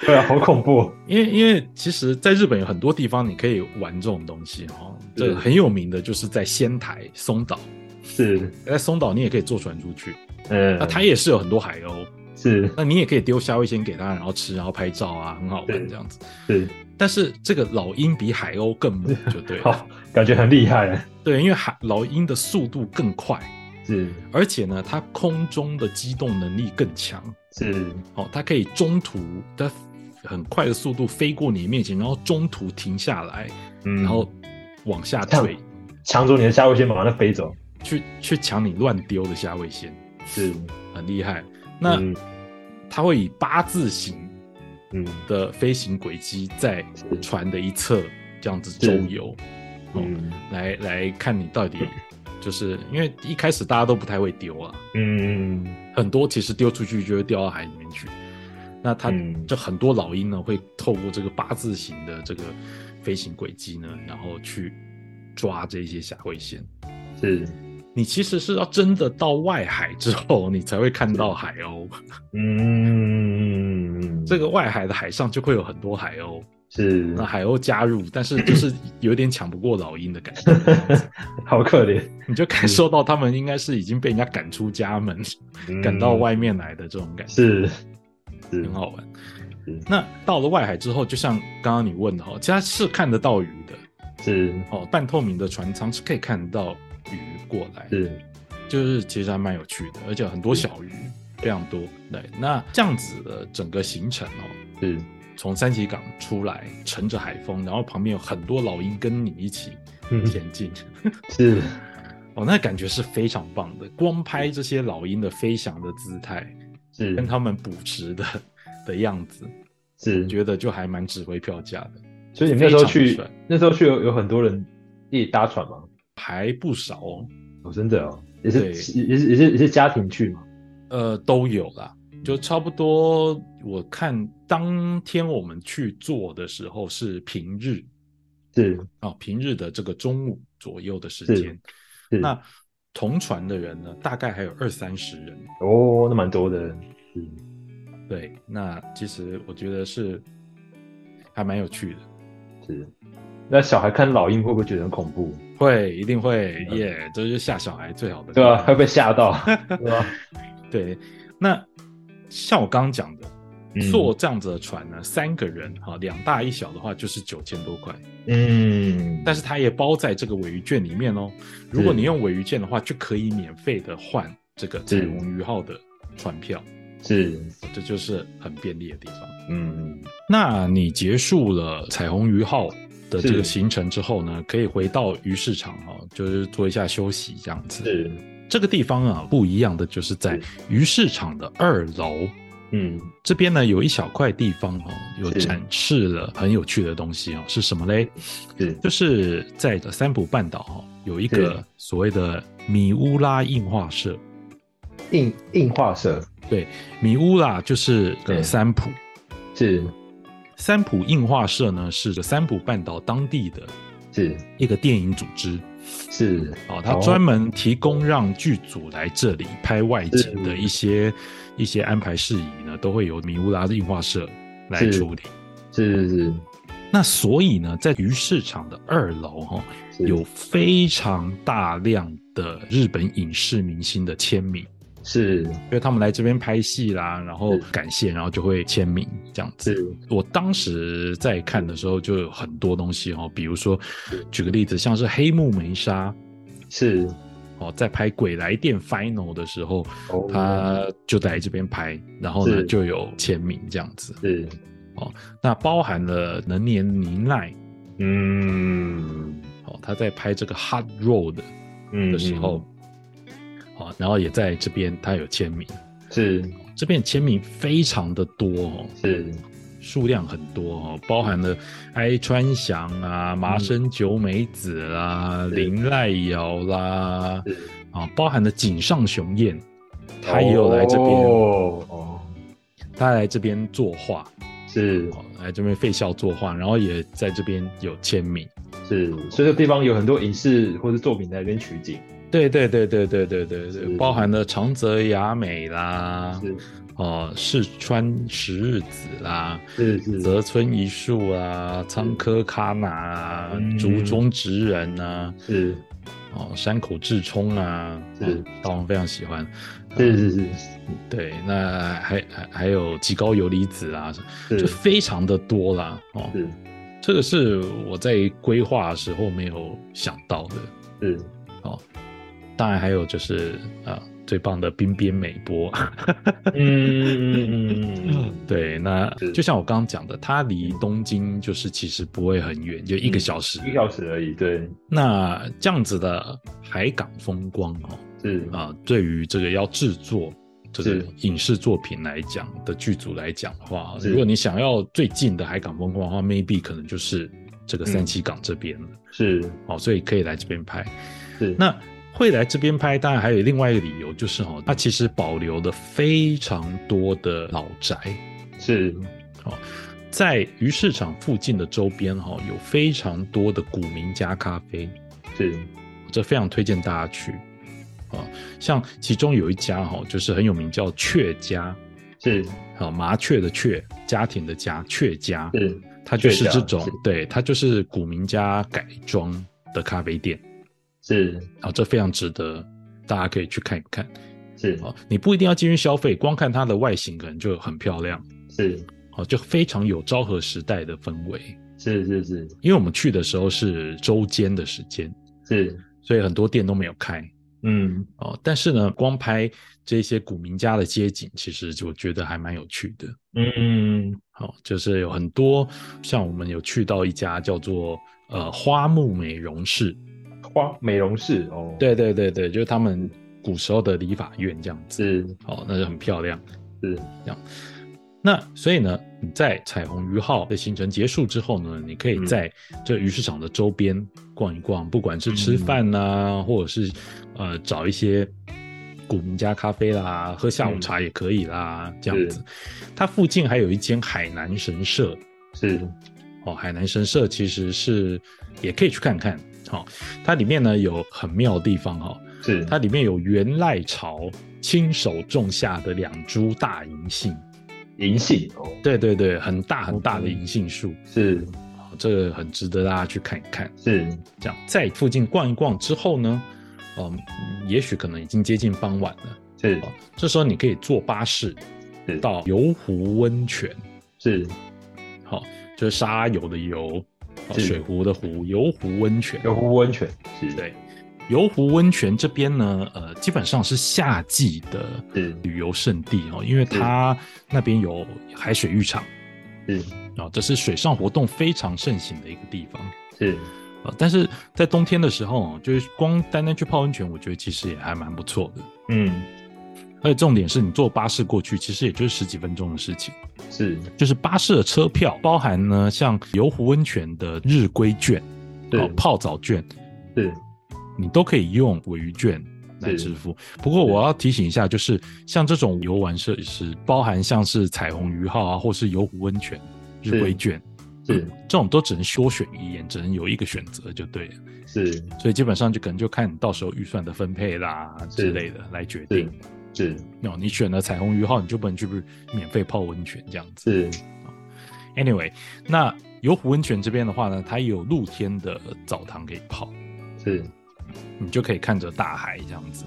Speaker 2: 对啊，好恐怖，
Speaker 1: 因为因为其实在日本有很多地方你可以玩这种东西哦。
Speaker 2: 对
Speaker 1: 这很有名的就是在仙台、松岛，
Speaker 2: 是，
Speaker 1: 在松岛你也可以坐船出去，
Speaker 2: 嗯，
Speaker 1: 那它也是有很多海鸥，
Speaker 2: 是
Speaker 1: 那你也可以丢虾味先给它，然后吃，然后拍照啊，很好玩
Speaker 2: 对
Speaker 1: 这样子。
Speaker 2: 是，
Speaker 1: 但是这个老鹰比海鸥更猛，就对了。
Speaker 2: 好，感觉很厉害，
Speaker 1: 对，因为海老鹰的速度更快，
Speaker 2: 是
Speaker 1: 而且呢，它空中的机动能力更强。
Speaker 2: 是
Speaker 1: 哦，它可以中途它很快的速度飞过你面前，然后中途停下来，
Speaker 2: 嗯
Speaker 1: 然后往下坠，
Speaker 2: 抢走你的夏威鲜，马上飞走，
Speaker 1: 去去抢你乱丢的虾味线，
Speaker 2: 是，
Speaker 1: 很厉害。那、
Speaker 2: 嗯
Speaker 1: 它会以八字形
Speaker 2: 嗯
Speaker 1: 的飞行轨迹在
Speaker 2: 是
Speaker 1: 船的一侧这样子周
Speaker 2: 是
Speaker 1: 游，哦，
Speaker 2: 嗯
Speaker 1: 来来看你到底就是因为一开始大家都不太会丢啊。
Speaker 2: 嗯嗯，
Speaker 1: 很多其实丢出去就会掉到海里面去。那它
Speaker 2: 嗯
Speaker 1: 就很多老鹰呢，会透过这个八字形的这个飞行轨迹呢，然后去抓这些虾灰线。
Speaker 2: 是，
Speaker 1: 你其实是要真的到外海之后，你才会看到海鸥。
Speaker 2: 嗯，
Speaker 1: 这个外海的海上就会有很多海鸥，
Speaker 2: 是
Speaker 1: 那海鸥加入，但是就是有点抢不过老鹰的感觉，这 样子
Speaker 2: 好可怜，
Speaker 1: 你就感受到他们应该是已经被人家赶出家门，
Speaker 2: 嗯
Speaker 1: 赶到外面来的这种感觉。
Speaker 2: 是是
Speaker 1: 很好玩
Speaker 2: 嗯。
Speaker 1: 那到了外海之后，就像刚刚你问的哈，其实它是看得到鱼的
Speaker 2: 是
Speaker 1: 哦，半透明的船舱是可以看得到鱼过来，
Speaker 2: 是
Speaker 1: 就是其实还蛮有趣的，
Speaker 2: 嗯
Speaker 1: 而且很多小鱼非常多。对，那这样子的整个行程哦，
Speaker 2: 是
Speaker 1: 从三级港出来，乘着海风，然后旁边有很多老鹰跟你一起
Speaker 2: 嗯
Speaker 1: 前进。
Speaker 2: 是，
Speaker 1: 哦，那感觉是非常棒的，光拍
Speaker 2: 嗯
Speaker 1: 这些老鹰的飞翔的姿态，跟
Speaker 2: 是
Speaker 1: 它们捕食的的样子，
Speaker 2: 是，
Speaker 1: 觉得就还蛮值回票价的，
Speaker 2: 所以你们那时候
Speaker 1: 非
Speaker 2: 去
Speaker 1: 常帅，
Speaker 2: 那时候去有有很多人一起搭船吗？
Speaker 1: 还不少哦。
Speaker 2: 哦，真的哦，也
Speaker 1: 对
Speaker 2: 是也是也是也是家庭去嘛？
Speaker 1: 呃，都有啦，就差不多。我看当天我们去做的时候是平日
Speaker 2: 是
Speaker 1: 啊、平日的这个中午左右的时
Speaker 2: 是
Speaker 1: 间。
Speaker 2: 是，
Speaker 1: 那同船的人呢，大概还有二三十人。
Speaker 2: 哦，那蛮多的，嗯，
Speaker 1: 对，那其实我觉得是还蛮有趣的，
Speaker 2: 是。那小孩看老鹰会不会觉得很恐怖？
Speaker 1: 会一定会
Speaker 2: 嗯
Speaker 1: 耶这就是吓小孩最好的
Speaker 2: 对吧、
Speaker 1: 地
Speaker 2: 会
Speaker 1: 方。
Speaker 2: 被吓 到，对啊吧、
Speaker 1: 对，那像我刚刚讲的，
Speaker 2: 嗯
Speaker 1: 坐这样子的船呢，三个人哈，两大一小的话就是九千多块。
Speaker 2: 嗯，
Speaker 1: 但是它也包在这个尾鱼券里面哦。如果你用尾鱼券的话，就可以免费的换这个彩虹鱼号的船票，
Speaker 2: 是，
Speaker 1: 这就是很便利的地方。
Speaker 2: 嗯，
Speaker 1: 那你结束了彩虹鱼号的这个
Speaker 2: 是
Speaker 1: 行程之后呢，可以回到鱼市场哦，就是做一下休息这样子。
Speaker 2: 是，
Speaker 1: 这个地方啊，不一样的就是在
Speaker 2: 是
Speaker 1: 鱼市场的二楼。
Speaker 2: 嗯，
Speaker 1: 这边呢有一小块地方哦，有
Speaker 2: 是
Speaker 1: 展示了很有趣的东西哦，是什么嘞？
Speaker 2: 是，
Speaker 1: 就是在三浦半岛哈、有一个
Speaker 2: 是
Speaker 1: 所谓的米乌拉硬化社。
Speaker 2: 硬硬化社
Speaker 1: 米乌拉就是
Speaker 2: 对
Speaker 1: 三浦，
Speaker 2: 是
Speaker 1: 三浦硬化社呢是三浦半岛当地的
Speaker 2: 是
Speaker 1: 一个电影组织
Speaker 2: 是，
Speaker 1: 啊，它专门提供让剧组来这里拍外景的
Speaker 2: 是
Speaker 1: 一些一些安排事宜呢，都会由米乌拉硬化社来
Speaker 2: 是
Speaker 1: 处理。
Speaker 2: 是是
Speaker 1: 那所以呢，在鱼市场的二楼哦哈、
Speaker 2: 是
Speaker 1: 有非常大量的日本影视明星的签名。
Speaker 2: 是
Speaker 1: 因为他们来这边拍戏啦，然后
Speaker 2: 是
Speaker 1: 感谢，然后就会签名这样子。
Speaker 2: 是
Speaker 1: 我当时在看的时候，就有很多东西哦，比如说
Speaker 2: 是，
Speaker 1: 举个例子，像是黑木梅沙
Speaker 2: 是，
Speaker 1: 哦，在拍《鬼来电》Final 的时候，
Speaker 2: 哦
Speaker 1: 他就来这边拍，然后呢
Speaker 2: 是
Speaker 1: 就有签名这样子。
Speaker 2: 是，
Speaker 1: 那包含了能年宁奈
Speaker 2: 嗯
Speaker 1: 哦，他在拍这个《Hard Road》
Speaker 2: 嗯
Speaker 1: 的时候，哦，然后也在这边他有签名，
Speaker 2: 是
Speaker 1: 这边签名非常的多哦。
Speaker 2: 是
Speaker 1: 数量很多哦，包含了哀川翔啊、麻
Speaker 2: 嗯
Speaker 1: 生久美子啦、
Speaker 2: 是
Speaker 1: 林濑遥啦，
Speaker 2: 是，
Speaker 1: 啊，包含了井上雄彦，他也有来这边，
Speaker 2: 哦哦
Speaker 1: 他来这边作画，
Speaker 2: 是
Speaker 1: 哦来这边废校作画，然后也在这边有签名。
Speaker 2: 是，所以这个地方有很多影视或是作品在那边取景，
Speaker 1: 对对对对对对对对，
Speaker 2: 是
Speaker 1: 包含了长泽雅美啦，
Speaker 2: 是
Speaker 1: 哦，四川十日子啦，
Speaker 2: 是是
Speaker 1: 泽村一树啊，仓科卡纳啊，
Speaker 2: 嗯
Speaker 1: 竹中直人啊，
Speaker 2: 是
Speaker 1: 哦，山口智充啊，
Speaker 2: 是
Speaker 1: 哦大王非常喜欢。
Speaker 2: 是是是
Speaker 1: 对，那还还还有极高游离子啊，就是非常的多啦。哦，
Speaker 2: 是
Speaker 1: 这个是我在规划的时候没有想到的。
Speaker 2: 是，
Speaker 1: 当然还有就是啊、最棒的冰边美波。
Speaker 2: 嗯嗯嗯嗯，
Speaker 1: 对，那
Speaker 2: 是
Speaker 1: 就像我刚刚讲的，它离东京就是其实不会很远，就一个小时。
Speaker 2: 嗯一个小时而已，对，
Speaker 1: 那这样子的海港风光哦，
Speaker 2: 是
Speaker 1: 啊，对于这个要制作这个
Speaker 2: 是
Speaker 1: 影视作品来讲的剧组来讲的话，
Speaker 2: 是
Speaker 1: 如果你想要最近的海港风光的话，maybe 可能就是这
Speaker 2: 嗯
Speaker 1: 个三七港这边了。
Speaker 2: 是
Speaker 1: 哦，所以可以来这边拍。
Speaker 2: 是
Speaker 1: 那会来这边拍，当然还有另外一个理由，就是哦，它其实保留了非常多的老宅，
Speaker 2: 是
Speaker 1: 在鱼市场附近的周边哈、哦，有非常多的古民家咖啡，
Speaker 2: 是
Speaker 1: 这非常推荐大家去。啊，像其中有一家哈、哦，就是很有名，叫雀家，
Speaker 2: 是
Speaker 1: 啊，麻雀的雀，家庭的家，雀家，
Speaker 2: 是
Speaker 1: 它就是
Speaker 2: 雀家
Speaker 1: 这种
Speaker 2: 是，
Speaker 1: 对，它就是古民家改装的咖啡店，
Speaker 2: 是
Speaker 1: 啊，这非常值得大家可以去看一看。
Speaker 2: 是
Speaker 1: 啊，你不一定要进去消费，光看它的外形可能就很漂亮，
Speaker 2: 是
Speaker 1: 啊，就非常有昭和时代的氛围。
Speaker 2: 是是是
Speaker 1: 因为我们去的时候是周间的时间，
Speaker 2: 是
Speaker 1: 所以很多店都没有开。
Speaker 2: 嗯，
Speaker 1: 哦，但是呢，光拍这些古名家的街景，其实我觉得还蛮有趣的。
Speaker 2: 嗯，
Speaker 1: 好、哦，就是有很多像我们有去到一家叫做呃花木美容室，
Speaker 2: 花美容室哦，
Speaker 1: 对对对对，就是他们古时候的理发院这样子。
Speaker 2: 是
Speaker 1: 哦，那就很漂亮。
Speaker 2: 是，
Speaker 1: 这样。那所以呢，你在彩虹鱼号的行程结束之后呢，你可以在这鱼市场的周边逛一逛，不管是吃饭啦、或者是呃找一些古名家咖啡啦，喝下午茶也可以啦，这样子。它附近还有一间海南神社
Speaker 2: 是，
Speaker 1: 哦，海南神社其实是也可以去看看。哦，它里面呢有很妙的地方哈、哦，
Speaker 2: 是，
Speaker 1: 它里面有元赖朝亲手种下的两株大银杏。
Speaker 2: 银杏哦，
Speaker 1: 对对对，很大很
Speaker 2: 嗯
Speaker 1: 大的银杏树，
Speaker 2: 是
Speaker 1: 啊这个很值得大家去看一看。
Speaker 2: 是，
Speaker 1: 这样在附近逛一逛之后呢，嗯，也许可能已经接近傍晚了，
Speaker 2: 是
Speaker 1: 哦这时候你可以坐巴士
Speaker 2: 是
Speaker 1: 到游湖温泉，
Speaker 2: 是
Speaker 1: 好、就是沙油的油，哦
Speaker 2: 是
Speaker 1: 水湖的湖，游湖温泉。
Speaker 2: 有湖温泉，是
Speaker 1: 对，游湖温泉这边呢，呃，基本上是夏季的
Speaker 2: 是
Speaker 1: 旅游胜地哦，因为它那边有海水浴场。
Speaker 2: 是
Speaker 1: 啊，这是水上活动非常盛行的一个地方
Speaker 2: 是
Speaker 1: 啊。但是在冬天的时候，哦就是光单单去泡温泉，我觉得其实也还蛮不错的。
Speaker 2: 嗯
Speaker 1: 而且重点是你坐巴士过去，其实也就是十几分钟的事情。
Speaker 2: 是
Speaker 1: 就是巴士的车票包含呢，像游湖温泉的日归券、
Speaker 2: 对
Speaker 1: 哦泡澡券，
Speaker 2: 是
Speaker 1: 你都可以用尾鱼券来支付。不过我要提醒一下，就是像这种游玩设施，包含像是彩虹鱼号啊，或是游湖温泉日归券，嗯
Speaker 2: 是
Speaker 1: 这种都只能休选一眼，只能有一个选择就对了。
Speaker 2: 是
Speaker 1: 所以基本上就可能就看你到时候预算的分配啦
Speaker 2: 是
Speaker 1: 之类的来决定。
Speaker 2: 是
Speaker 1: 哦，你选了彩虹鱼号，你就不能去免费泡温泉这样子。
Speaker 2: 是
Speaker 1: Anyway，那游湖温泉这边的话呢，它也有露天的澡堂可以泡，
Speaker 2: 是
Speaker 1: 你就可以看着大海这样子，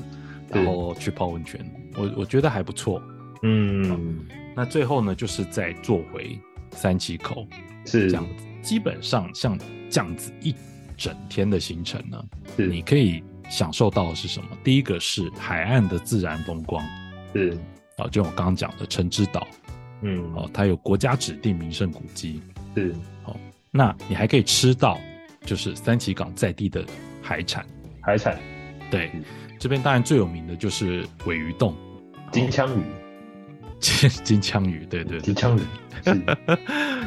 Speaker 2: 对
Speaker 1: 然后去泡温泉。我我觉得还不错。
Speaker 2: 嗯
Speaker 1: 那最后呢，就是再坐回三七口
Speaker 2: 是
Speaker 1: 这样子。基本上像这样子一整天的行程呢，
Speaker 2: 是
Speaker 1: 你可以享受到的是什么？第一个是海岸的自然风光
Speaker 2: 是
Speaker 1: 啊，就像我刚刚讲的陈之岛
Speaker 2: 嗯
Speaker 1: 哦，它有国家指定名胜古迹。
Speaker 2: 是
Speaker 1: 那你还可以吃到就是三旗港在地的海产。
Speaker 2: 海产
Speaker 1: 对
Speaker 2: 嗯，
Speaker 1: 这边当然最有名的就是尾鱼冻、
Speaker 2: 金枪鱼
Speaker 1: 金金枪鱼，对对对
Speaker 2: 金枪鱼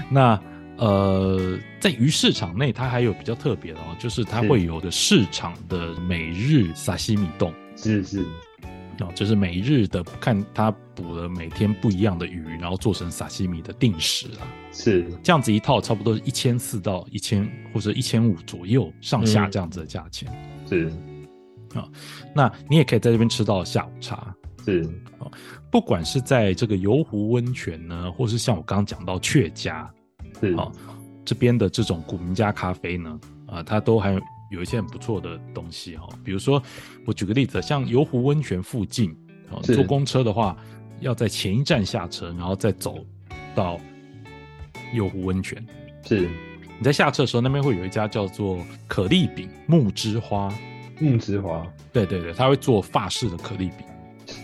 Speaker 1: 那呃，在鱼市场内，它还有比较特别的哦，就是它
Speaker 2: 是
Speaker 1: 会有的市场的每日沙西米冻
Speaker 2: 是是
Speaker 1: 哦，就是每日的看它捕了每天不一样的鱼，然后做成沙西米的定时啊，
Speaker 2: 是
Speaker 1: 这样子一套差不多一千四到一千或者一千五左右上下
Speaker 2: 嗯
Speaker 1: 这样子的价钱。
Speaker 2: 是
Speaker 1: 那你也可以在这边吃到下午茶。
Speaker 2: 是
Speaker 1: 不管是在这个游湖温泉呢，或是像我刚刚讲到雀家，
Speaker 2: 是
Speaker 1: 好、这边的这种古名家咖啡呢，啊、它都还有有一些很不错的东西哈、比如说，我举个例子，像游湖温泉附近，哦，
Speaker 2: 是
Speaker 1: 坐公车的话，要在前一站下车，然后再走到游湖温泉。
Speaker 2: 是
Speaker 1: 你在下车的时候，那边会有一家叫做可丽饼木之花，
Speaker 2: 木之华
Speaker 1: 对对对，他会做法式的可丽饼。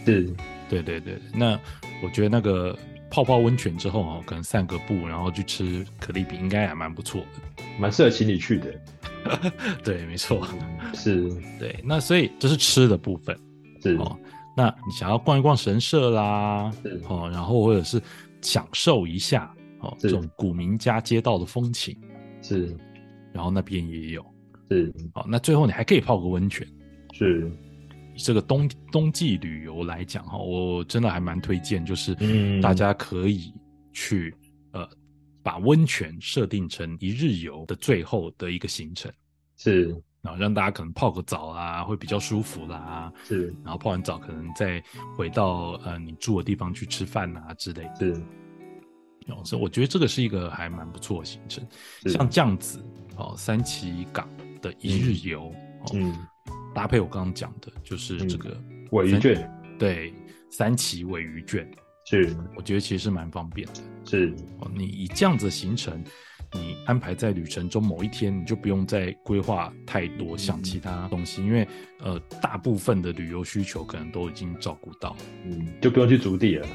Speaker 2: 是
Speaker 1: 对对对，那我觉得那个泡泡温泉之后哦，可能散个步，然后去吃可丽饼，应该还蛮不错的。
Speaker 2: 蛮适合情侣去的
Speaker 1: 对，没错。
Speaker 2: 是
Speaker 1: 对，那所以这是吃的部分
Speaker 2: 是
Speaker 1: 哦。那你想要逛一逛神社啦
Speaker 2: 是，
Speaker 1: 哦，然后或者是享受一下哦
Speaker 2: 是
Speaker 1: 这种古民家街道的风情，
Speaker 2: 是
Speaker 1: 然后那边也有
Speaker 2: 是
Speaker 1: 哦。那最后你还可以泡个温泉。
Speaker 2: 是
Speaker 1: 这个冬冬季旅游来讲哈，我真的还蛮推荐，就是
Speaker 2: 嗯
Speaker 1: 大家可以去、呃把温泉设定成一日游的最后的一个行程，
Speaker 2: 是
Speaker 1: 然后让大家可能泡个澡啦，会比较舒服啦，
Speaker 2: 是
Speaker 1: 然后泡完澡可能再回到呃你住的地方去吃饭啊之类的。
Speaker 2: 是
Speaker 1: 哦，所以我觉得这个是一个还蛮不错的行程，
Speaker 2: 是
Speaker 1: 像这样子哦，三旗港的一日游、哦，
Speaker 2: 嗯
Speaker 1: 搭配我刚刚讲的就是这个、
Speaker 2: 尾鱼卷
Speaker 1: 对三旗尾鱼券，
Speaker 2: 是
Speaker 1: 我觉得其实是蛮方便的。
Speaker 2: 是
Speaker 1: 哦，你以这样子的行程，你安排在旅程中某一天，你就不用再规划太多，想
Speaker 2: 嗯
Speaker 1: 其他东西，因为呃，大部分的旅游需求可能都已经照顾到。
Speaker 2: 嗯，就不用去足地了。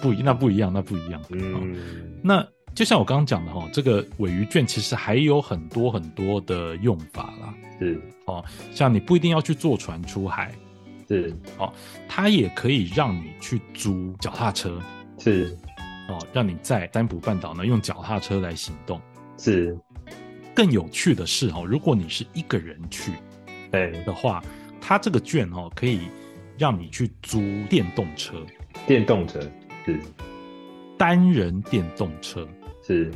Speaker 1: 不一，那不一样，那不一样。嗯，那就像我刚刚讲的哈、哦，这个尾鱼券其实还有很多很多的用法啦。
Speaker 2: 是
Speaker 1: 哦，像你不一定要去坐船出海，
Speaker 2: 是
Speaker 1: 哦，它也可以让你去租脚踏车，
Speaker 2: 是
Speaker 1: 哦，让你在丹普半岛呢用脚踏车来行动。
Speaker 2: 是
Speaker 1: 更有趣的是哦，如果你是一个人去
Speaker 2: 对
Speaker 1: 的话，它这个券哦可以让你去租电动车。
Speaker 2: 电动车是
Speaker 1: 单人电动车，
Speaker 2: 是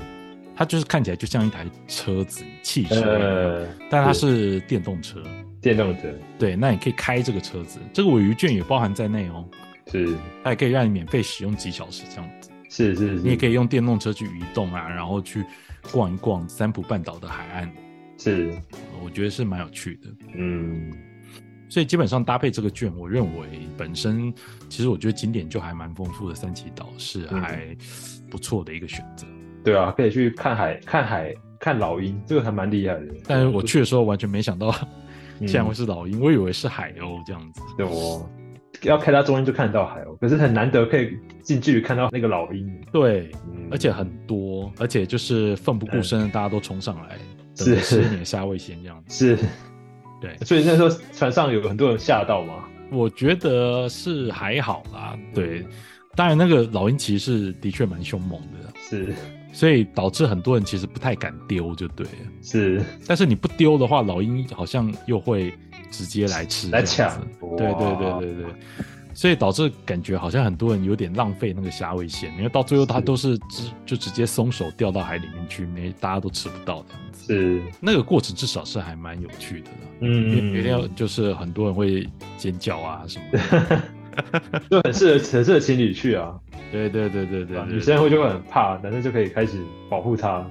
Speaker 1: 它就是看起来就像一台车子汽车，
Speaker 2: 呃，
Speaker 1: 但它是电动车。
Speaker 2: 电动车
Speaker 1: 对，那你可以开这个车子，这个尾鱼券也包含在内哦，
Speaker 2: 是
Speaker 1: 它也可以让你免费使用几小时这样子。
Speaker 2: 是是
Speaker 1: 你也
Speaker 2: 是
Speaker 1: 可以用电动车去移动啊，然后去逛一逛三浦半岛的海岸，
Speaker 2: 是，
Speaker 1: 我觉得是蛮有趣的。
Speaker 2: 嗯，
Speaker 1: 所以基本上搭配这个券，我认为本身其实我觉得景点就还蛮丰富的，三崎岛是
Speaker 2: 嗯
Speaker 1: 还不错的一个选择。
Speaker 2: 对啊，可以去看海、看海、看老鹰，这个还蛮厉害的。
Speaker 1: 但是我去的时候完全没想到
Speaker 2: 嗯
Speaker 1: 竟然会是老鹰，我以为是海鸥这样子。
Speaker 2: 对我要开到中间就看得到海哦，可是很难得可以近距离看到那个老鹰，
Speaker 1: 对，
Speaker 2: 嗯
Speaker 1: 而且很多，而且就是奋不顾身的，大家都冲上来，
Speaker 2: 是
Speaker 1: 等着吃你的虾味鲜这样子。
Speaker 2: 是，
Speaker 1: 对，
Speaker 2: 所以那时候船上有很多人吓到嘛，
Speaker 1: 我觉得是还好啦。
Speaker 2: 嗯
Speaker 1: 对，当然那个老鹰其实是的确蛮凶猛的，
Speaker 2: 是
Speaker 1: 所以导致很多人其实不太敢丢，就对了。
Speaker 2: 是
Speaker 1: 但是你不丢的话，老鹰好像又会直接来吃
Speaker 2: 来
Speaker 1: 这样
Speaker 2: 抢
Speaker 1: 子，
Speaker 2: 哇
Speaker 1: 对对对对对，所以导致感觉好像很多人有点浪费那个虾味线，因为到最后他
Speaker 2: 是
Speaker 1: 都是直就直接松手掉到海里面去，没大家都吃不到这样子。
Speaker 2: 是，
Speaker 1: 那个过程至少是还蛮有趣的啦，因
Speaker 2: 嗯，
Speaker 1: 为一定要就是很多人会尖叫啊什么的。
Speaker 2: 就很适合很适合情侣去啊，
Speaker 1: 对对对对对
Speaker 2: 啊
Speaker 1: 对，
Speaker 2: 女生会就会很怕，男生就可以开始保护她。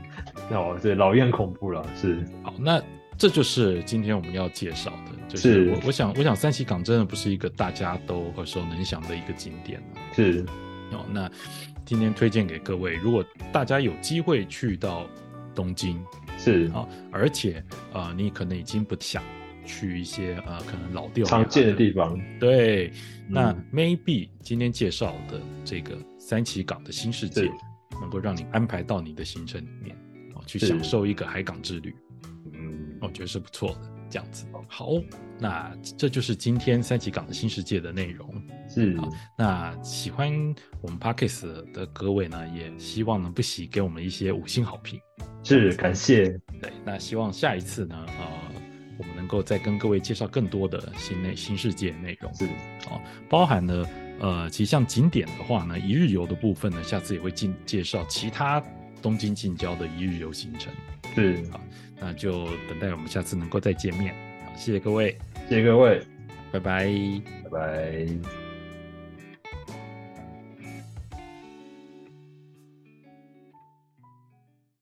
Speaker 2: 那我对老鹰很恐怖了，是
Speaker 1: 好，那这就是今天我们要介绍的，就是是我我想我想三崎港真的不是一个大家都耳熟能详的一个景点啊
Speaker 2: 是，
Speaker 1: 哦，那今天推荐给各位，如果大家有机会去到东京
Speaker 2: 是
Speaker 1: 啊、而且呃，你可能已经不想去一些呃可能老掉牙
Speaker 2: 常见的地方，
Speaker 1: 对，那
Speaker 2: 嗯
Speaker 1: maybe 今天介绍的这个三崎港的新世界
Speaker 2: 是，
Speaker 1: 能够让你安排到你的行程里面哦，去
Speaker 2: 是
Speaker 1: 享受一个海港之旅，哦
Speaker 2: 嗯，
Speaker 1: 我觉得是不错的。这样子，好，那这就是今天三崎港的新世界的内容。
Speaker 2: 是
Speaker 1: 好那喜欢我们 Parkes 的各位呢，也希望能不惜给我们一些五星好评。
Speaker 2: 是，感谢，
Speaker 1: 对，那希望下一次呢，呃，我们能够再跟各位介绍更多的新内新世界内容，
Speaker 2: 是
Speaker 1: 包含了呃，其实像景点的话呢，一日游的部分呢，下次也会进介绍其他东京近郊的一日游行程。
Speaker 2: 是，
Speaker 1: 那就等待我们下次能够再见面。好，谢谢各位，
Speaker 2: 谢谢各位，
Speaker 1: 拜拜。
Speaker 2: 拜拜。